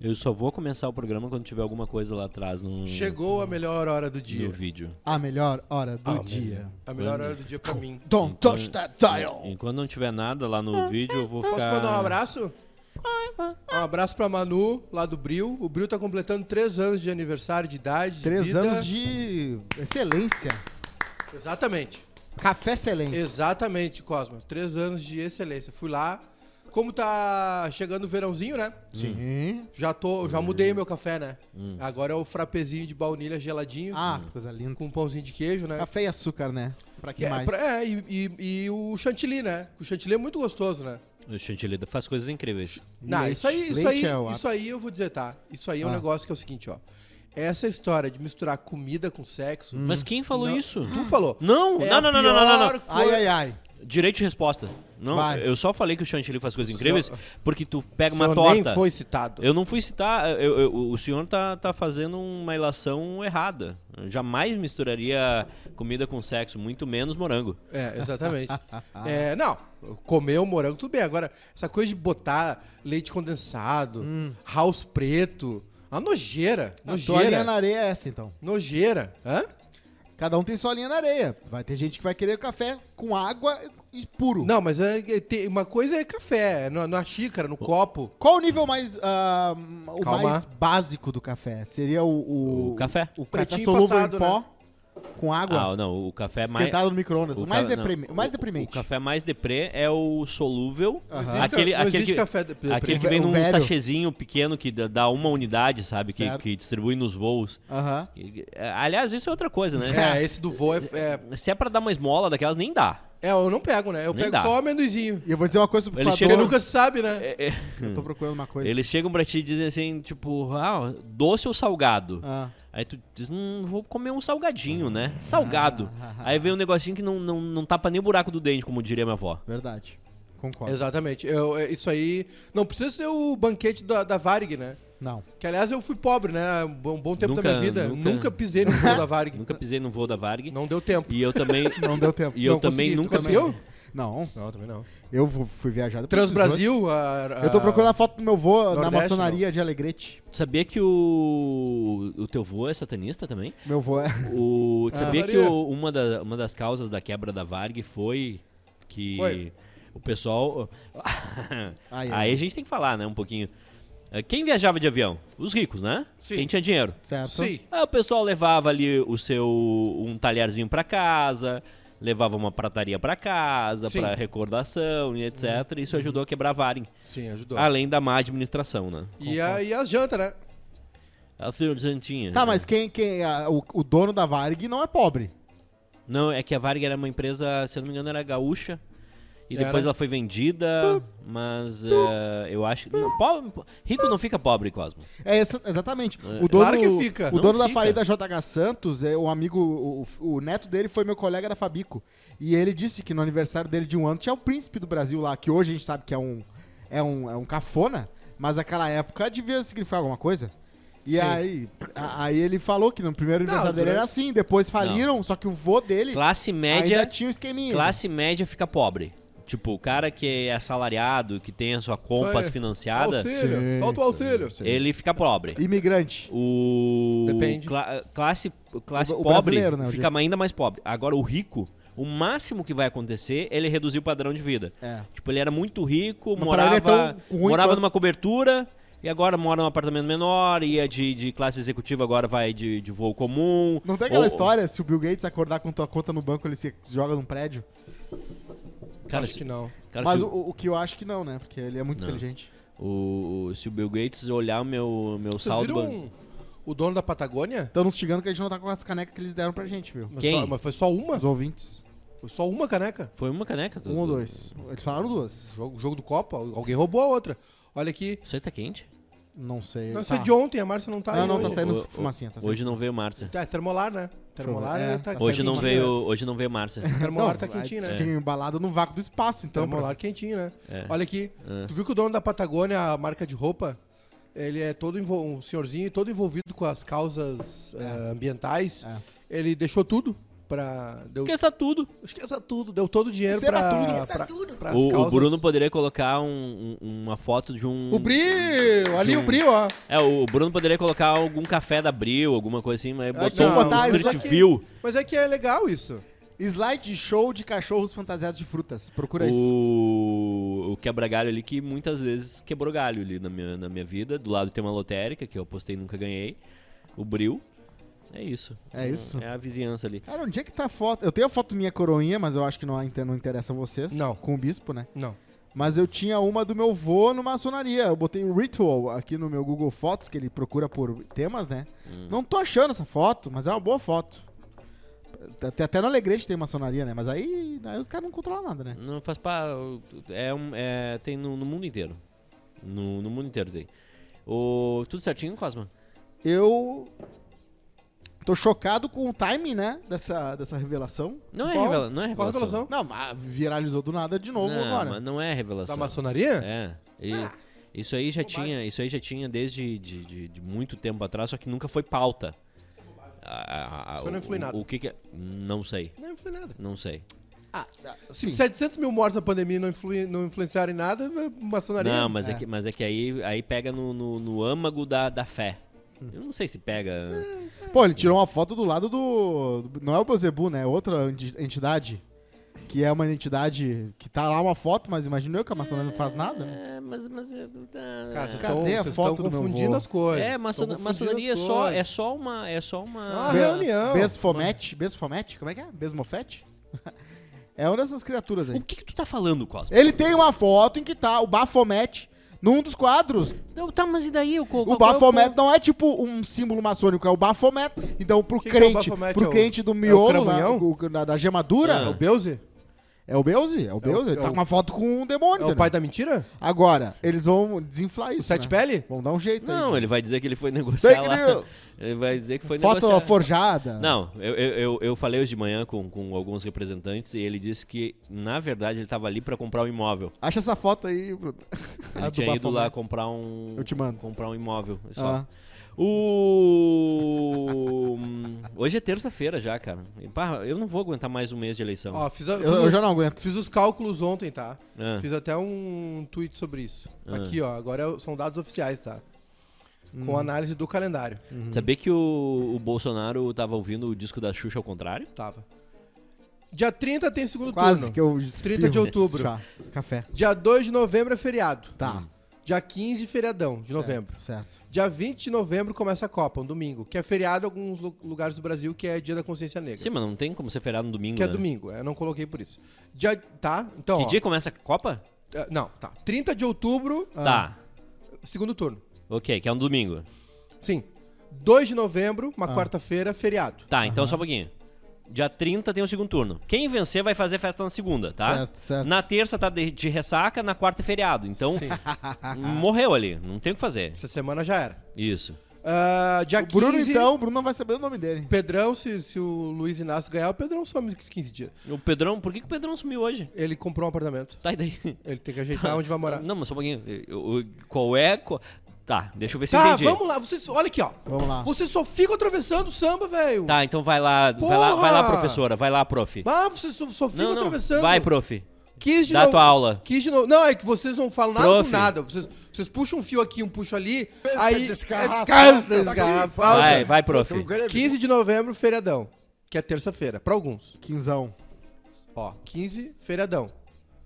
Eu só vou começar o programa quando tiver alguma coisa lá atrás no, Chegou a melhor hora do dia. no vídeo. A melhor hora do dia. A melhor hora do dia pra mim. Don't Então, touch that dial. Enquanto não tiver nada lá no vídeo, eu vou ficar. Ah, Posso mandar um abraço? Um abraço pra Manu, lá do Bril. O Bril tá completando três anos de aniversário de idade. Três vida. anos de excelência. Exatamente. Café excelência. Exatamente, Cosma. Três anos de excelência. Fui lá. Como tá chegando o verãozinho, né? Sim. Já tô, Hum. já mudei meu café, né? Agora é o frapezinho de baunilha geladinho Ah, que coisa linda. com um pãozinho de queijo, né? Café e açúcar, né? Pra que é, mais? pra- é, e, e- e o chantilly, né? O chantilly é muito gostoso, né? O Chantilly faz coisas incríveis. Não, Leite. isso aí, isso Leite aí, é o ápice. isso aí eu vou dizer, tá? Isso aí é um Ah. negócio que é o seguinte, ó. Essa história de misturar comida com sexo. Mas quem falou isso? Tu falou. Hum. Não, Hum. É não, a não, não, não, não, não, pior Ai, ai, ai. não. Direito de resposta. Não, Vai. eu só falei que o Chantilly faz coisas incríveis porque tu pega Seu uma torta. nem foi citado. Eu não fui citar. eu- eu- o senhor tá, tá fazendo uma ilação errada. Eu jamais misturaria comida com sexo, muito menos morango. É, exatamente. é, não, comer o morango, tudo bem. Agora, essa coisa de botar leite condensado, Hum. house preto, a nojeira. Sua linha Nojeira. na areia é essa, então. Nojeira. Hã? Cada um tem sua linha na areia. Vai ter gente que vai querer café com água e Uh. puro. Não, mas é, é, tem- uma coisa é café, é na, na xícara, Uh. no copo. Qual o nível mais ah, o Calma. mais básico do café? Seria o o, O café. o café Pretinho solúvel passado, né? em pó com água Ah, não, o café é mais. esquentado no micro-ondas. O mais, ca- não, deprime- o mais o- deprimente. O café mais deprê é o solúvel. Não existe, Aquele, ca- não aquele existe que, café de, de- aquele que O vem num velho. sachezinho pequeno que dá- dá uma unidade, sabe? Que, Certo. que distribui nos voos. Aham. E- é, Aliás, isso é outra coisa, né? É, esse do voo é, é, Se- Se é pra dar uma esmola daquelas, nem dá. é, eu não pego, né? Eu Nem pego dá. só o amendoizinho. E eu vou dizer uma coisa sobre o Ele Porque chega- Equador. nunca se sabe, né? É, é, Eu tô procurando uma coisa. eles chegam pra ti e dizem assim, tipo, ah, doce ou salgado? Ah, Aí tu diz, hum, vou comer um salgadinho, né? Salgado. Aí vem um negocinho que não, não, não tapa nem o buraco do dente, como diria minha avó. verdade. Concordo. Exatamente. Eu, é, isso aí. Não precisa ser o banquete da, da Varig, né? Não. Que aliás eu fui pobre, né? Um bom um bom tempo Nunca- da minha vida. nunca- Nunca, pisei no voo da Varig. Nunca pisei no voo da Varg. Não deu tempo. E eu também. Não deu tempo. E eu Não também consegui. Tu nunca. conseguiu? Não, Não, também não. eu fu- fui viajar depois dos Transbrasil? Ah. outros. Eu tô procurando a foto do meu vô na Nordeste, maçonaria de Alegrete. Tu sabia que o. O teu vô é satanista também? Meu vô é. O... Tu Ah, sabia Maria. que o- uma, da- uma das causas da quebra da Varg foi que Foi. o pessoal. Ai, ai. Aí a gente tem que falar, né, um pouquinho. Eh, Quem viajava de avião? Os ricos, né? Sim. Quem tinha dinheiro. Certo? Sim. Aí o pessoal levava ali o seu um talherzinho pra casa, levava uma prataria pra casa, Sim. Uhum. pra recordação e etc. Isso ajudou a quebrar a Varing, Sim, ajudou. além da má administração, né? e, a, e as jantas, né? A Jantinha. Tá, mas quem, quem a- o, o dono da Varg não é pobre. Não, é que a Varig era uma empresa, se eu não me engano, era gaúcha. E Era. depois ela foi vendida, mas eh, eu acho que. não, pobre- rico não fica pobre, Cosmo. É exa- exatamente. O dono, Claro que fica. O É. Não dono da fica. Farida JH Santos, é um amigo, o- o, o neto dele foi meu colega da Fabico. E ele disse que no aniversário dele de um ano tinha o príncipe do Brasil lá, que hoje a gente sabe que é um, é um, é um cafona, mas naquela época devia significar alguma coisa. E Sim. aí, a- aí ele falou que no primeiro Não, aniversário dele durante- era assim, depois faliram, só que o vô dele Classe média. ainda tinha um esqueminha. Classe média fica pobre. Tipo, o cara que é assalariado, que tem a sua compas Isso aí. financiada, Auxílio. Sim. Solta o auxílio. ele fica pobre. Imigrante. O Depende. cla- classe classe O- o pobre brasileiro, né, o fica ainda mais pobre. Agora o rico, o máximo que vai acontecer, é ele reduzir o padrão de vida. É. Tipo, ele era muito rico, Mas pra ele é morava tão ruim morava quanto- numa cobertura e agora mora num apartamento menor, ia de, de classe executiva, agora vai de, de voo comum. Não tem aquela Ou- história, se o Bill Gates acordar com tua conta no banco, ele se joga num prédio? Cara, Acho que não. cara, Mas se- o, o que eu acho que não, né? Porque ele é muito inteligente. O, o- se o Bill Gates olhar o meu, meu Vocês saldo. viram um- ban- o dono da Patagônia? Estão nos xingando que a gente não tá com as canecas que eles deram pra gente, viu? Mas, Quem? só- mas foi só uma? Os ouvintes. Foi só uma caneca. Foi uma caneca? tu- Um ou tu- dois. Eles falaram duas. Jogo, jogo do Copa, alguém roubou a outra. Olha aqui. Isso aí tá quente? Não sei. Não, Tá. isso é de ontem, a Márcia não tá Não, aí não, hoje. tá saindo Ho- ho- fumacinha, tá saindo Hoje não veio Márcia. É, termolar, né? Termolar Deixa eu ver. é, tá, Hoje tá não quentinho, veio, né? hoje não veio Márcia. Termolar tá quentinho, né? Tinha é embalado no vácuo do espaço, então. Termolar quentinho, né? É. Olha aqui. Tu viu que o dono da Patagônia, a marca de roupa, ele é todo envol- um senhorzinho todo envolvido com as causas eh, ambientais. É. Ele deixou tudo. pra. Deu, Esqueça tudo. esqueça tudo, deu todo o dinheiro pra, Será tudo. pra, Tudo. pras O, o causas. Bruno poderia colocar um- um- uma foto de um. O Bril! Ali o Bril, ó. É, o Bruno poderia colocar algum café da Bril, alguma coisa assim, mas botou Ah, não, um botar isso Street aqui. View. Mas é que é legal isso. Slide show de cachorros fantasiados de frutas. Procura isso. O, o quebra-galho ali que muitas vezes quebrou galho ali na minha, na minha vida. Do lado tem uma lotérica que eu apostei e nunca ganhei. O Bril. É isso. É isso? É a vizinhança ali. Cara, onde é que tá a foto? Eu tenho a foto minha coroinha, mas eu acho que não, inter- não interessa a vocês. Não. Com o bispo, né? Não. Mas eu tinha uma do meu vô no maçonaria. Eu botei Ritual aqui no meu Google Fotos, que ele procura por temas, né? Hum. Não tô achando essa foto, mas é uma boa foto. Até, até no Alegrete tem maçonaria, né? Mas aí, aí os caras não controlam nada, né? Não faz parte. É, um- é- tem no, no mundo inteiro. No, no mundo inteiro tem. O, tudo certinho, Cosma? Eu tô chocado com o timing, né? Dessa, dessa revelação. Não é, Qual- revela, não é qual a revelação. revelação? Não, mas viralizou do nada de novo não, agora. mas não é revelação. Da Tá maçonaria? É. E isso aí já tinha, isso aí já tinha desde de, de- de muito tempo atrás, só que nunca foi pauta. A- a- a- Só não o- influi nada. O que que é? Não sei, Não influi nada. não sei. Se 700 mil mortos na pandemia não, influi, não influenciaram em nada, maçonaria. Não, mas é, é. que, mas é que aí, aí pega no, no, no âmago da, da fé. Eu não sei se pega. Pô, ele tirou uma foto do lado do. do- Não é o Bozebu, né? É Outra enti- entidade. Que é uma entidade que tá lá uma foto, mas imagina eu que a maçonaria não faz nada. né? É, mas, mas é- Cara, vocês Cadê estão- a vocês estão foto do meu confundindo vô? as coisas. é, maçon- Estão confundindo maçonaria é as só, coisas. é só uma. É só uma. Ah, reunião. Besfomete. Besfomete? Como é que é? Besmofete? é uma dessas criaturas O aí. que, que tu tá falando, Cosmo? Ele tem uma foto em que tá o Bafomete num dos quadros. Não, tá, mas e daí? O, co- O qual é Bafomete não é tipo um símbolo maçônico, é o Bafomete. Então, pro Que que é o crente, Baphomet? É pro o- crente é do o miolo, lá, cramunhão? o- o- da, da gemadura, Ah. é É o o Be- Beuze? é o Beuze, é o Beuze. ele é tá o- com uma foto com um demônio. É o entendeu? pai da mentira? Agora, eles vão desinflar O isso. Sete né? Pele? Então. Vão dar um jeito Não, aí. ele vai dizer que ele foi negociar Fake lá. news. Ele vai dizer que foi Foto negociar. forjada. Não, eu, eu, eu- eu falei hoje de manhã com, com alguns representantes e ele disse que, na verdade, ele estava ali para comprar um imóvel. Acha essa foto aí, Bruno. Ele A do tinha ido Bafomé. lá comprar um. Eu te mando. Comprar um imóvel. Só. Ah. O. hum, Hoje é terça-feira já, cara. E, pá, eu não vou aguentar mais um mês de eleição. Ó, fiz, a- Eu, fiz o- eu já não aguento. fiz os cálculos ontem, tá? Ah. Fiz até um tweet sobre isso. Tá Aqui, ó. Agora eu- são dados oficiais, tá? Com Hum. análise do calendário. Sabia que o, o Bolsonaro tava ouvindo o disco da Xuxa ao contrário? Tava. Dia 30 tem segundo Quase turno. que eu espirro 30 de outubro. chá, Café. Dia 2 de novembro é feriado. Tá. Dia 15, feriadão de novembro. Certo. Dia 20 de novembro começa a Copa, um domingo. Que é feriado em alguns lu- lugares do Brasil, que é dia da consciência negra. Sim, mas não tem como ser feriado no domingo. Que é né? domingo, eu não coloquei por isso. Dia, tá? Então, Que ó, dia começa a Copa? eh, Não, tá. 30 de outubro, Tá. segundo turno. Ok, que é um domingo. Sim. 2 de novembro, Ah. uma quarta-feira, feriado. Tá, então só um pouquinho. Dia 30 tem o segundo turno. Quem vencer vai fazer festa na segunda, tá? Certo, certo. Na terça tá de, de ressaca, na quarta é feriado. Então, morreu ali. Não tem o que fazer. Essa semana já era. Isso. Ah, dia O Bruno, 15, então, o Bruno não vai saber o nome dele. Pedrão, se, se o Luiz Inácio ganhar, o Pedrão some esses 15 dias. O Pedrão, por que, que o Pedrão sumiu hoje? Ele comprou um apartamento. Tá, e daí? Ele tem que ajeitar onde vai morar. Não, mas só um pouquinho. Eu- eu- qual é. qual- Tá, deixa eu ver se eu Tá, entendi. vamos lá. Vocês, olha aqui, ó. Vamos lá. Vocês só ficam atravessando o samba, velho. Tá, então vai lá, vai lá, vai lá, Porra! professora, vai lá, prof. Ah, vocês só, só ficam Não, não, atravessando. vai, prof. 15 de Dá novo- tua aula. 15 de novo. Não, é que vocês não falam nada Prof. com nada. Vocês, vocês puxam um fio aqui, um puxo ali. Pensa aí. desgarrafada. É, cansa Tá desgarrafada. Vai, vai, prof. Então Pro Grêmio. 15 de novembro, feriadão. Que é terça-feira, pra alguns. Quinzão. Ó, 15, feriadão.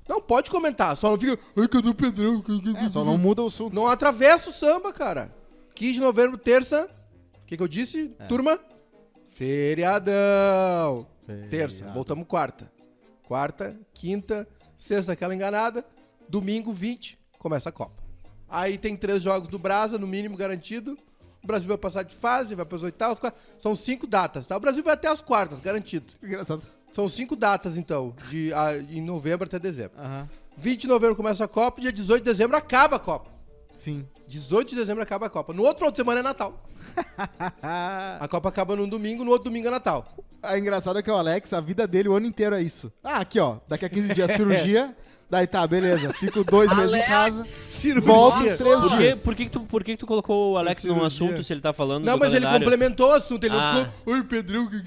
Não pode comentar, só não fica. Ai, cadê o Pedrão? É, só não muda o assunto. Não atravessa o samba, cara. 15 de novembro, terça. O que, que eu disse, turma? Feriadão. Terça, voltamos quarta. Quarta, quinta, sexta, aquela enganada. Domingo, 20, começa a Copa. Aí tem três jogos do Brasa, no mínimo garantido. O Brasil vai passar de fase, vai para as oitavas. quartas. São cinco datas, tá? O Brasil vai até as quartas, garantido. Engraçado. São cinco datas, então, de ah, em novembro até dezembro. Aham. 20 de novembro começa a Copa, dia 18 de dezembro acaba a Copa. Sim. 18 de dezembro acaba a Copa. No outro final de semana é Natal. Ah, A Copa acaba num domingo, no outro domingo é Natal. Ah, A engraçado é que o Alex, a vida dele o ano inteiro é isso. Ah, aqui ó, daqui a 15 dias cirurgia, Daí tá, beleza. Fico dois meses em Alex! casa. Cirurgia. Volto em três Por que, dias. por, que, que tu, por que, que tu colocou o Alex num Cirurgia. assunto se ele tá falando Não, do mas ele calendário? complementou o assunto, ele Ah. não ficou. Oi, Pedrão. gu, gu, gu,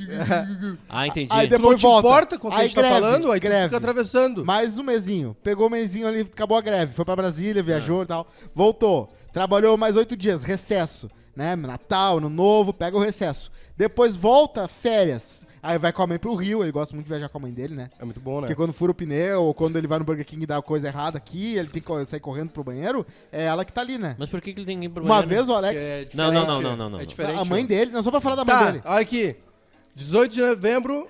gu, gu". Ah, entendi. Aí Não É. depois te volta. importa com o que a Aí gente tá greve, falando, aí tu greve. fica atravessando. Mais um mesinho. Pegou o mesinho ali, acabou a greve. Foi pra Brasília, viajou e tal. Voltou. Trabalhou mais oito dias, recesso. Né? Natal, Ano Novo, pega o recesso. Depois volta, férias. Aí vai com a mãe pro Rio, ele gosta muito de viajar com a mãe dele, né? É muito bom, né? Porque quando fura o pneu, ou quando ele vai no Burger King e dá coisa errada aqui, ele tem que co- sair correndo pro banheiro, é ela que tá ali, né? Mas por que, que ele tem que ir pro Uma banheiro? vez o Alex. É Não, não, não, diferente, não, não, não. É diferente. a mãe né? dele, não só pra falar da mãe Tá, dele. olha aqui. 18 de novembro,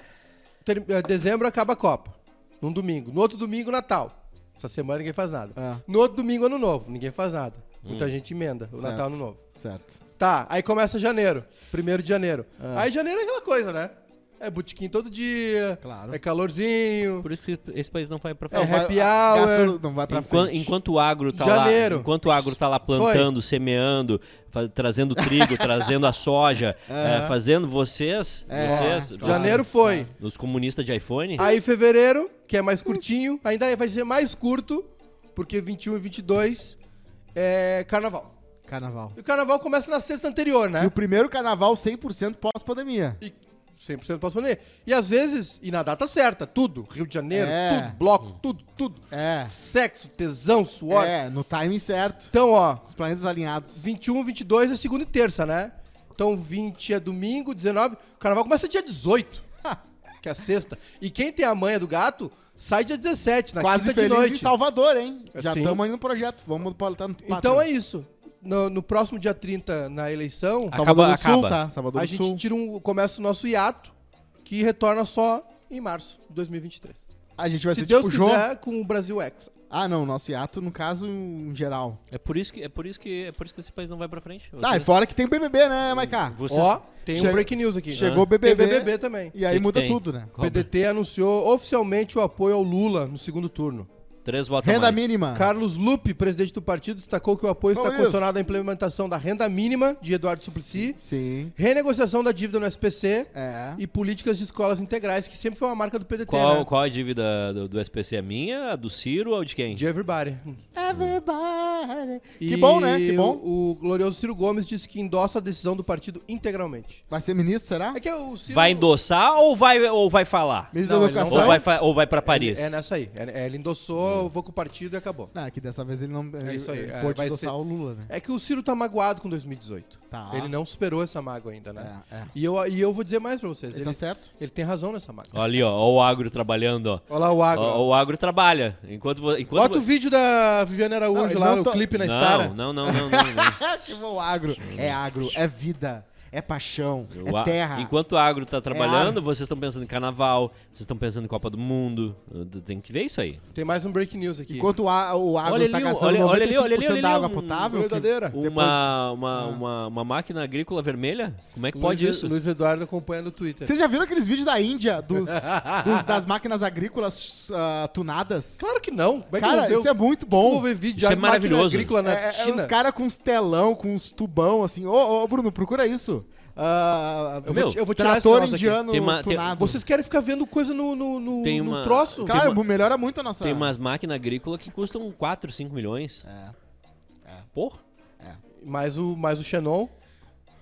ter- eh, dezembro acaba a Copa. Num domingo. No outro domingo, Natal. Essa semana ninguém faz nada. É. No outro domingo, Ano Novo. Ninguém faz nada. Muita gente emenda o Hum. Certo. Natal Ano Novo. Certo. Tá, aí começa janeiro. Primeiro de janeiro. Ah. Aí janeiro é aquela coisa, né? É botequim todo dia. Claro. É calorzinho. Por isso que esse país não vai pra É, frente. happy Então a- hour. gasta- não vai pra Enquan- frente. enquanto o agro tá Janeiro. lá, enquanto o agro tá lá plantando, semeando, fa- trazendo trigo, trazendo a soja, eh, fazendo vocês, vocês, vocês- Janeiro é. foi. os comunistas de iPhone, Ah. Aí fevereiro, que é mais curtinho, ainda vai ser mais curto, porque 21 e 22 é carnaval. Carnaval. E o carnaval começa na sexta anterior, E né? o primeiro carnaval 100% pós-pandemia. E 100% posso pandemia E às vezes, e na data certa, tudo. Rio de Janeiro, É. tudo, bloco, tudo, tudo. É. Sexo, tesão, suor. É, no timing certo. Então, ó, Os planetas alinhados. 21, 22 é segunda e terça, né? Então 20 é domingo, 19. O carnaval começa dia 18, que é sexta. E quem tem a manha do gato, sai dia 17, na Quase quinta de feliz em noite. Salvador, hein? É, Já sim. estamos aí no projeto. Vamos botar no Então é isso. No, no próximo dia 30, na eleição, Salvador Acaba- do Sul, acaba. tá? Salvador a do Sul. gente tira um, começa o nosso hiato, que retorna só em março de 2023. A gente vai Se ser Deus tipo Jô. quiser, com o Brasil Hexa. Ah, não. Nosso hiato, no caso, em geral. é por isso que é por isso que é por isso que esse país não vai pra frente. Vocês- Hum, Tá, e fora que tem o BBB, né, Maiká? vocês- Ó, tem Chega- um break news aqui. Chegou o BBB. Tem BBB também. E aí que muda tem? tudo, né? O PDT anunciou oficialmente o apoio ao Lula no segundo turno. três votos a Renda mais. mínima. Carlos Lupe, presidente do partido, destacou que o apoio está Vamos, condicionado à implementação da renda mínima de Eduardo Suplicy, Sim. renegociação da dívida no SPC É. e políticas de escolas integrais, que sempre foi uma marca do PDT, Qual, né? qual a dívida do, do SPC? A minha, a do Ciro ou a de quem? De everybody. Everybody. Que E bom, né? Que bom. O, o glorioso Ciro Gomes disse que endossa a decisão do partido integralmente. Vai ser ministro, será? É que o Ciro... Vai endossar ou vai, ou vai falar? Ministro Não, da ele não Educação. Ou vai, vai. fa- ou vai pra Paris? É nessa aí. É- é, ele endossou, Hum. eu vou com o partido e acabou. Não, é que dessa vez ele não ele- isso aí, ele é, pôde vai endossar ser- o Lula, né? É que o Ciro tá magoado com 2018. Tá. Ele não superou essa mágoa ainda, né? É, é. E, eu, e eu vou dizer mais pra vocês. Ele Ele, tá certo? ele tem razão nessa mágoa. Ó Ali, ó, ó o agro trabalhando, ó. Olha lá o agro. Ó, ó o agro trabalha. Enquanto, vo- enquanto Bota vo- o vídeo da Viviane Não, Araújo ele lá, não o tá- clipe na não, Stara. não, não, não, não, não. que bom agro. É agro, é vida, é paixão, O é a- terra. Enquanto o agro tá trabalhando, agro. vocês estão pensando em carnaval, vocês estão pensando em Copa do Mundo. Tem que ver isso aí. Tem mais um break news aqui. Enquanto o, a- o agro Olha tá ali, gastando olha- 95% olha ali, olha ali, olha da ali, água um- potável. que- verdadeira. depois- Uma, uma, uma, uma máquina agrícola vermelha? Como é que pode Luiz- isso? Luiz Eduardo acompanha no Twitter. Vocês já viram aqueles vídeos da Índia, dos, dos- das máquinas agrícolas ah, tunadas? Claro que não. Como é que Cara, não isso é muito Eu vou bom. ver vídeo Isso de é máquina maravilhoso. agrícola na É, é, China. os caras com uns telão, com uns tubão, assim. Ô, ô, Bruno, procura isso. Ah, Eu, Meu, vou, ti- eu vou tirar esse trator negócio aqui. indiano Tem uma- tem- tunado. Vocês querem ficar vendo coisa no, no, no, Tem no uma- troço? Tem Cara, uma- melhora muito a nossa... Tem umas máquinas agrícolas que custam 4, 5 milhões. É. Porra. Mais o, mais o Xenon,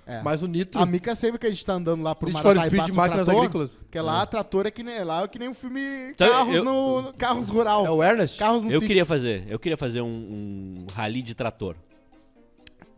É. mais o Nitro. A Mica sempre que a gente tá andando lá pro Need Maratá for e Speed, passa o máquinas trator, agrícolas. Porque lá, trator é que nem, lá é que nem um filme Então, carros, eu- no, no- carros rural. É o Ernest? Carros no Eu sítio. queria fazer, eu queria fazer um, um rally de trator.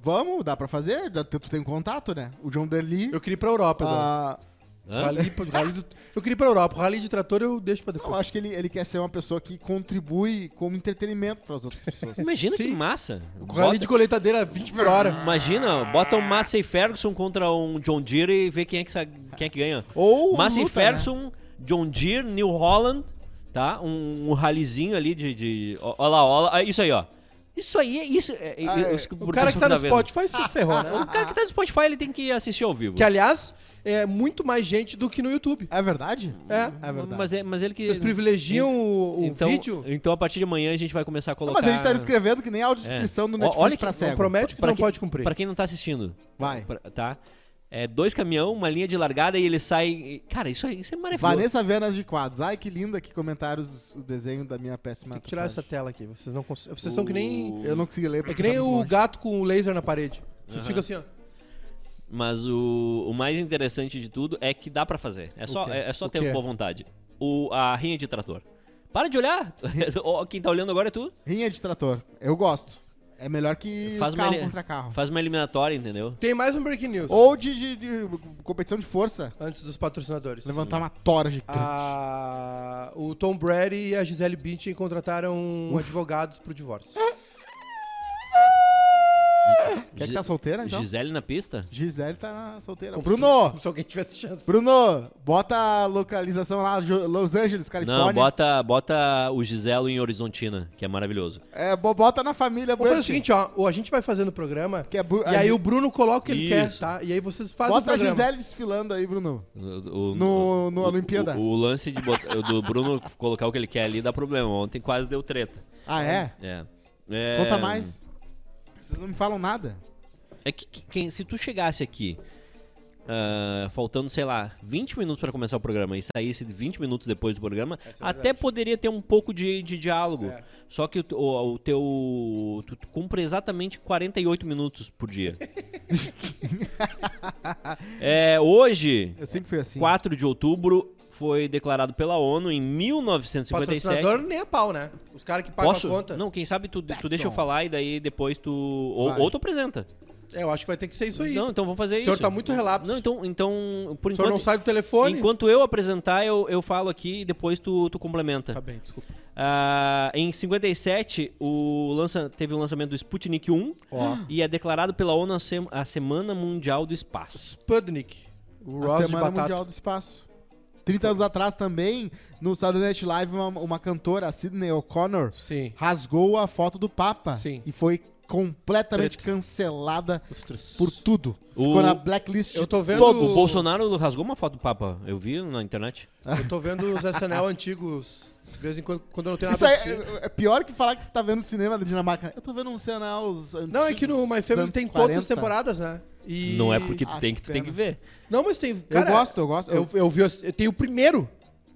Vamos, dá pra fazer? Já te- tu tem contato, né? O John Derly... Eu queria ir pra Europa agora. ah, Hã? Rally pra- rally do- Eu queria ir pra Europa. Rally de trator eu deixo pra eu depois. acho que ele, ele quer ser uma pessoa que contribui como entretenimento pras outras pessoas. Imagina que Sim. massa. Rally Bota- de colheitadeira 20 por hora. Imagina, bota um Massey Ferguson contra um John Deere e vê quem é que, sa- quem é que ganha. Ou Massey luta, né? Ferguson, John Deere, New Holland, tá? Um, um ralizinho ali de. de... ó- Ó lá, ó lá. Ah, Isso aí, ó. Isso aí é isso. é- é- Ah, é. isso que O cara que tá no vendo. Spotify se ferrou, né? O cara que tá no Spotify ele tem que assistir ao vivo. Que, aliás, é muito mais gente do que no YouTube. É verdade? É. É verdade. mas, é- mas ele que. Vocês privilegiam o, o então, vídeo? Então a partir de amanhã a gente vai começar a Não, colocar. mas a gente tá escrevendo que nem a audiodescrição É. do Ó, Netflix olha que- pra não cego. Promete que Pra não que- pode cumprir. Pra quem não tá assistindo. Vai. pra- tá? É, dois caminhão, uma linha de largada e ele sai. Cara, isso, é- isso é maravilhoso. Vanessa Venas de Quadros. Ai, que linda que comentaram os- o desenho da minha péssima. Tem que tirar essa tela aqui. Vocês não cons... Vocês são que nem. Eu não consegui ler. É porque que nem tá muito o longe. gato com o laser na parede. Vocês ficam assim, ó. Mas o, o mais interessante de tudo é que dá pra fazer. É só, quê? é, é só O ter quê? boa vontade. O, a rinha de trator. Para de olhar! Ó, Quem tá olhando agora é tu. Rinha de trator. Eu gosto. É melhor que Faz uma carro ele- contra carro. Faz uma eliminatória, entendeu? Tem mais um break news. Ou de, de- de competição de força. Antes dos patrocinadores. Levantar uma tora gigante. Ah, A- O Tom Brady e a Gisele Bündchen contrataram advogados pro divórcio. Quer que tá solteira, então? Gisele na pista? Gisele tá solteira. Bruno! Se alguém tivesse chance. Bruno, bota a localização lá, Jo- Los Angeles, Califórnia. Não, bota, bota o Giselo em Horizontina, que é maravilhoso. É, bo- bota na família, Vamos fazer o Bunch. seguinte, ó. ou A gente vai fazendo o programa. Que é bu- e a aí Gi- o Bruno coloca o que ele quer, Isso. tá? E aí vocês fazem o Bota a programa. Gisele desfilando aí, Bruno. O- o- No- o- no o- Olimpíada. O, o lance de botar- do Bruno colocar o que ele quer ali dá problema. Ontem quase deu treta. Ah, é? É. É, Conta mais. Vocês não me falam nada. É que, que- quem- se tu chegasse aqui, ah, faltando, sei lá, 20 minutos pra começar o programa e saísse 20 minutos depois do programa, é até poderia ter um pouco de, de diálogo. Só que o, t- o- o teu. Tu, tu cumpre exatamente 48 minutos por dia. é, hoje, Eu sempre fui assim. 4 de outubro, foi declarado pela ONU em 1957. Patrocinador nem a pau, né? Os caras que pagam Posso? a conta. Não, quem sabe tu, tu deixa eu Betson. falar e daí depois tu. Ou, Vai. ou tu apresenta. É, eu acho que vai ter que ser isso aí. Não, então vamos fazer O isso. senhor tá muito relapso. Não, então, então por o senhor enquanto. não sai do telefone? Enquanto eu apresentar, eu, eu falo aqui e depois tu, tu complementa. Tá bem, desculpa. Ah, em 57, o lança, teve o lançamento do Sputnik 1 Ó. e é declarado pela ONU a, sem- a Semana Mundial do Espaço. Spudnik. O A Ross de Semana Batata. Mundial do Espaço. 30 anos atrás também, no Saturday Night Live, uma, uma cantora, a Sidney O'Connor, Sim. rasgou a foto do Papa Sim. e foi completamente Treta. cancelada Putz. por tudo. O- Ficou na blacklist. Eu de tô vendo- Todos. O Bolsonaro rasgou uma foto do Papa, eu vi na internet. Eu tô vendo os SNL antigos. De vez em quando, quando eu não tenho Isso nada aí pra assistir. é, é pior que falar que tá vendo cinema da Dinamarca. Eu tô vendo um sinal. Não, é que no My Family tem todas as temporadas, né? E- Não é porque tu Ah, tem que, que tu tem que ver. Não, mas tem. Cara, eu gosto, eu gosto. Eu, eu vi. as- Eu tenho o primeiro.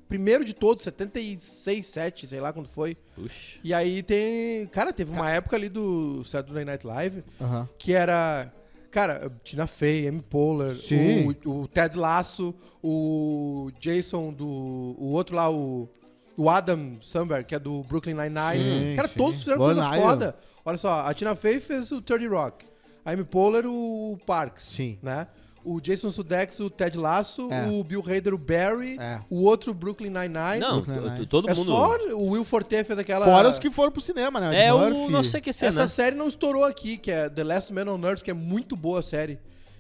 Primeiro de todos, 76, 7, sei lá quando foi. Puxa. E aí tem. Cara, teve uma época ali do Saturday Night Live Aham. que era. Cara, Tina Fey, Amy Poehler, Sim. o, o Ted Lasso, o Jason do. O outro lá, o. O Adam Samberg, que é do Brooklyn Nine-Nine. Sim, Cara, sim. todos fizeram Boa coisa Nile. foda. Olha só, a Tina Fey fez o 30 Rock. A Amy Poehler, o Parks. Sim. Né? O Jason Sudeikis, o Ted Lasso. É. O Bill Hader, o Barry. É. O outro, Brooklyn Nine-Nine. Não, Brooklyn t- Nine. t- todo É mundo. só o Will Forte fez aquela... Fora os que foram pro cinema, né? Ed É o Murphy. não sei que cena. né? Essa série não estourou aqui, que é The Last Man on Earth, que é muito boa a série.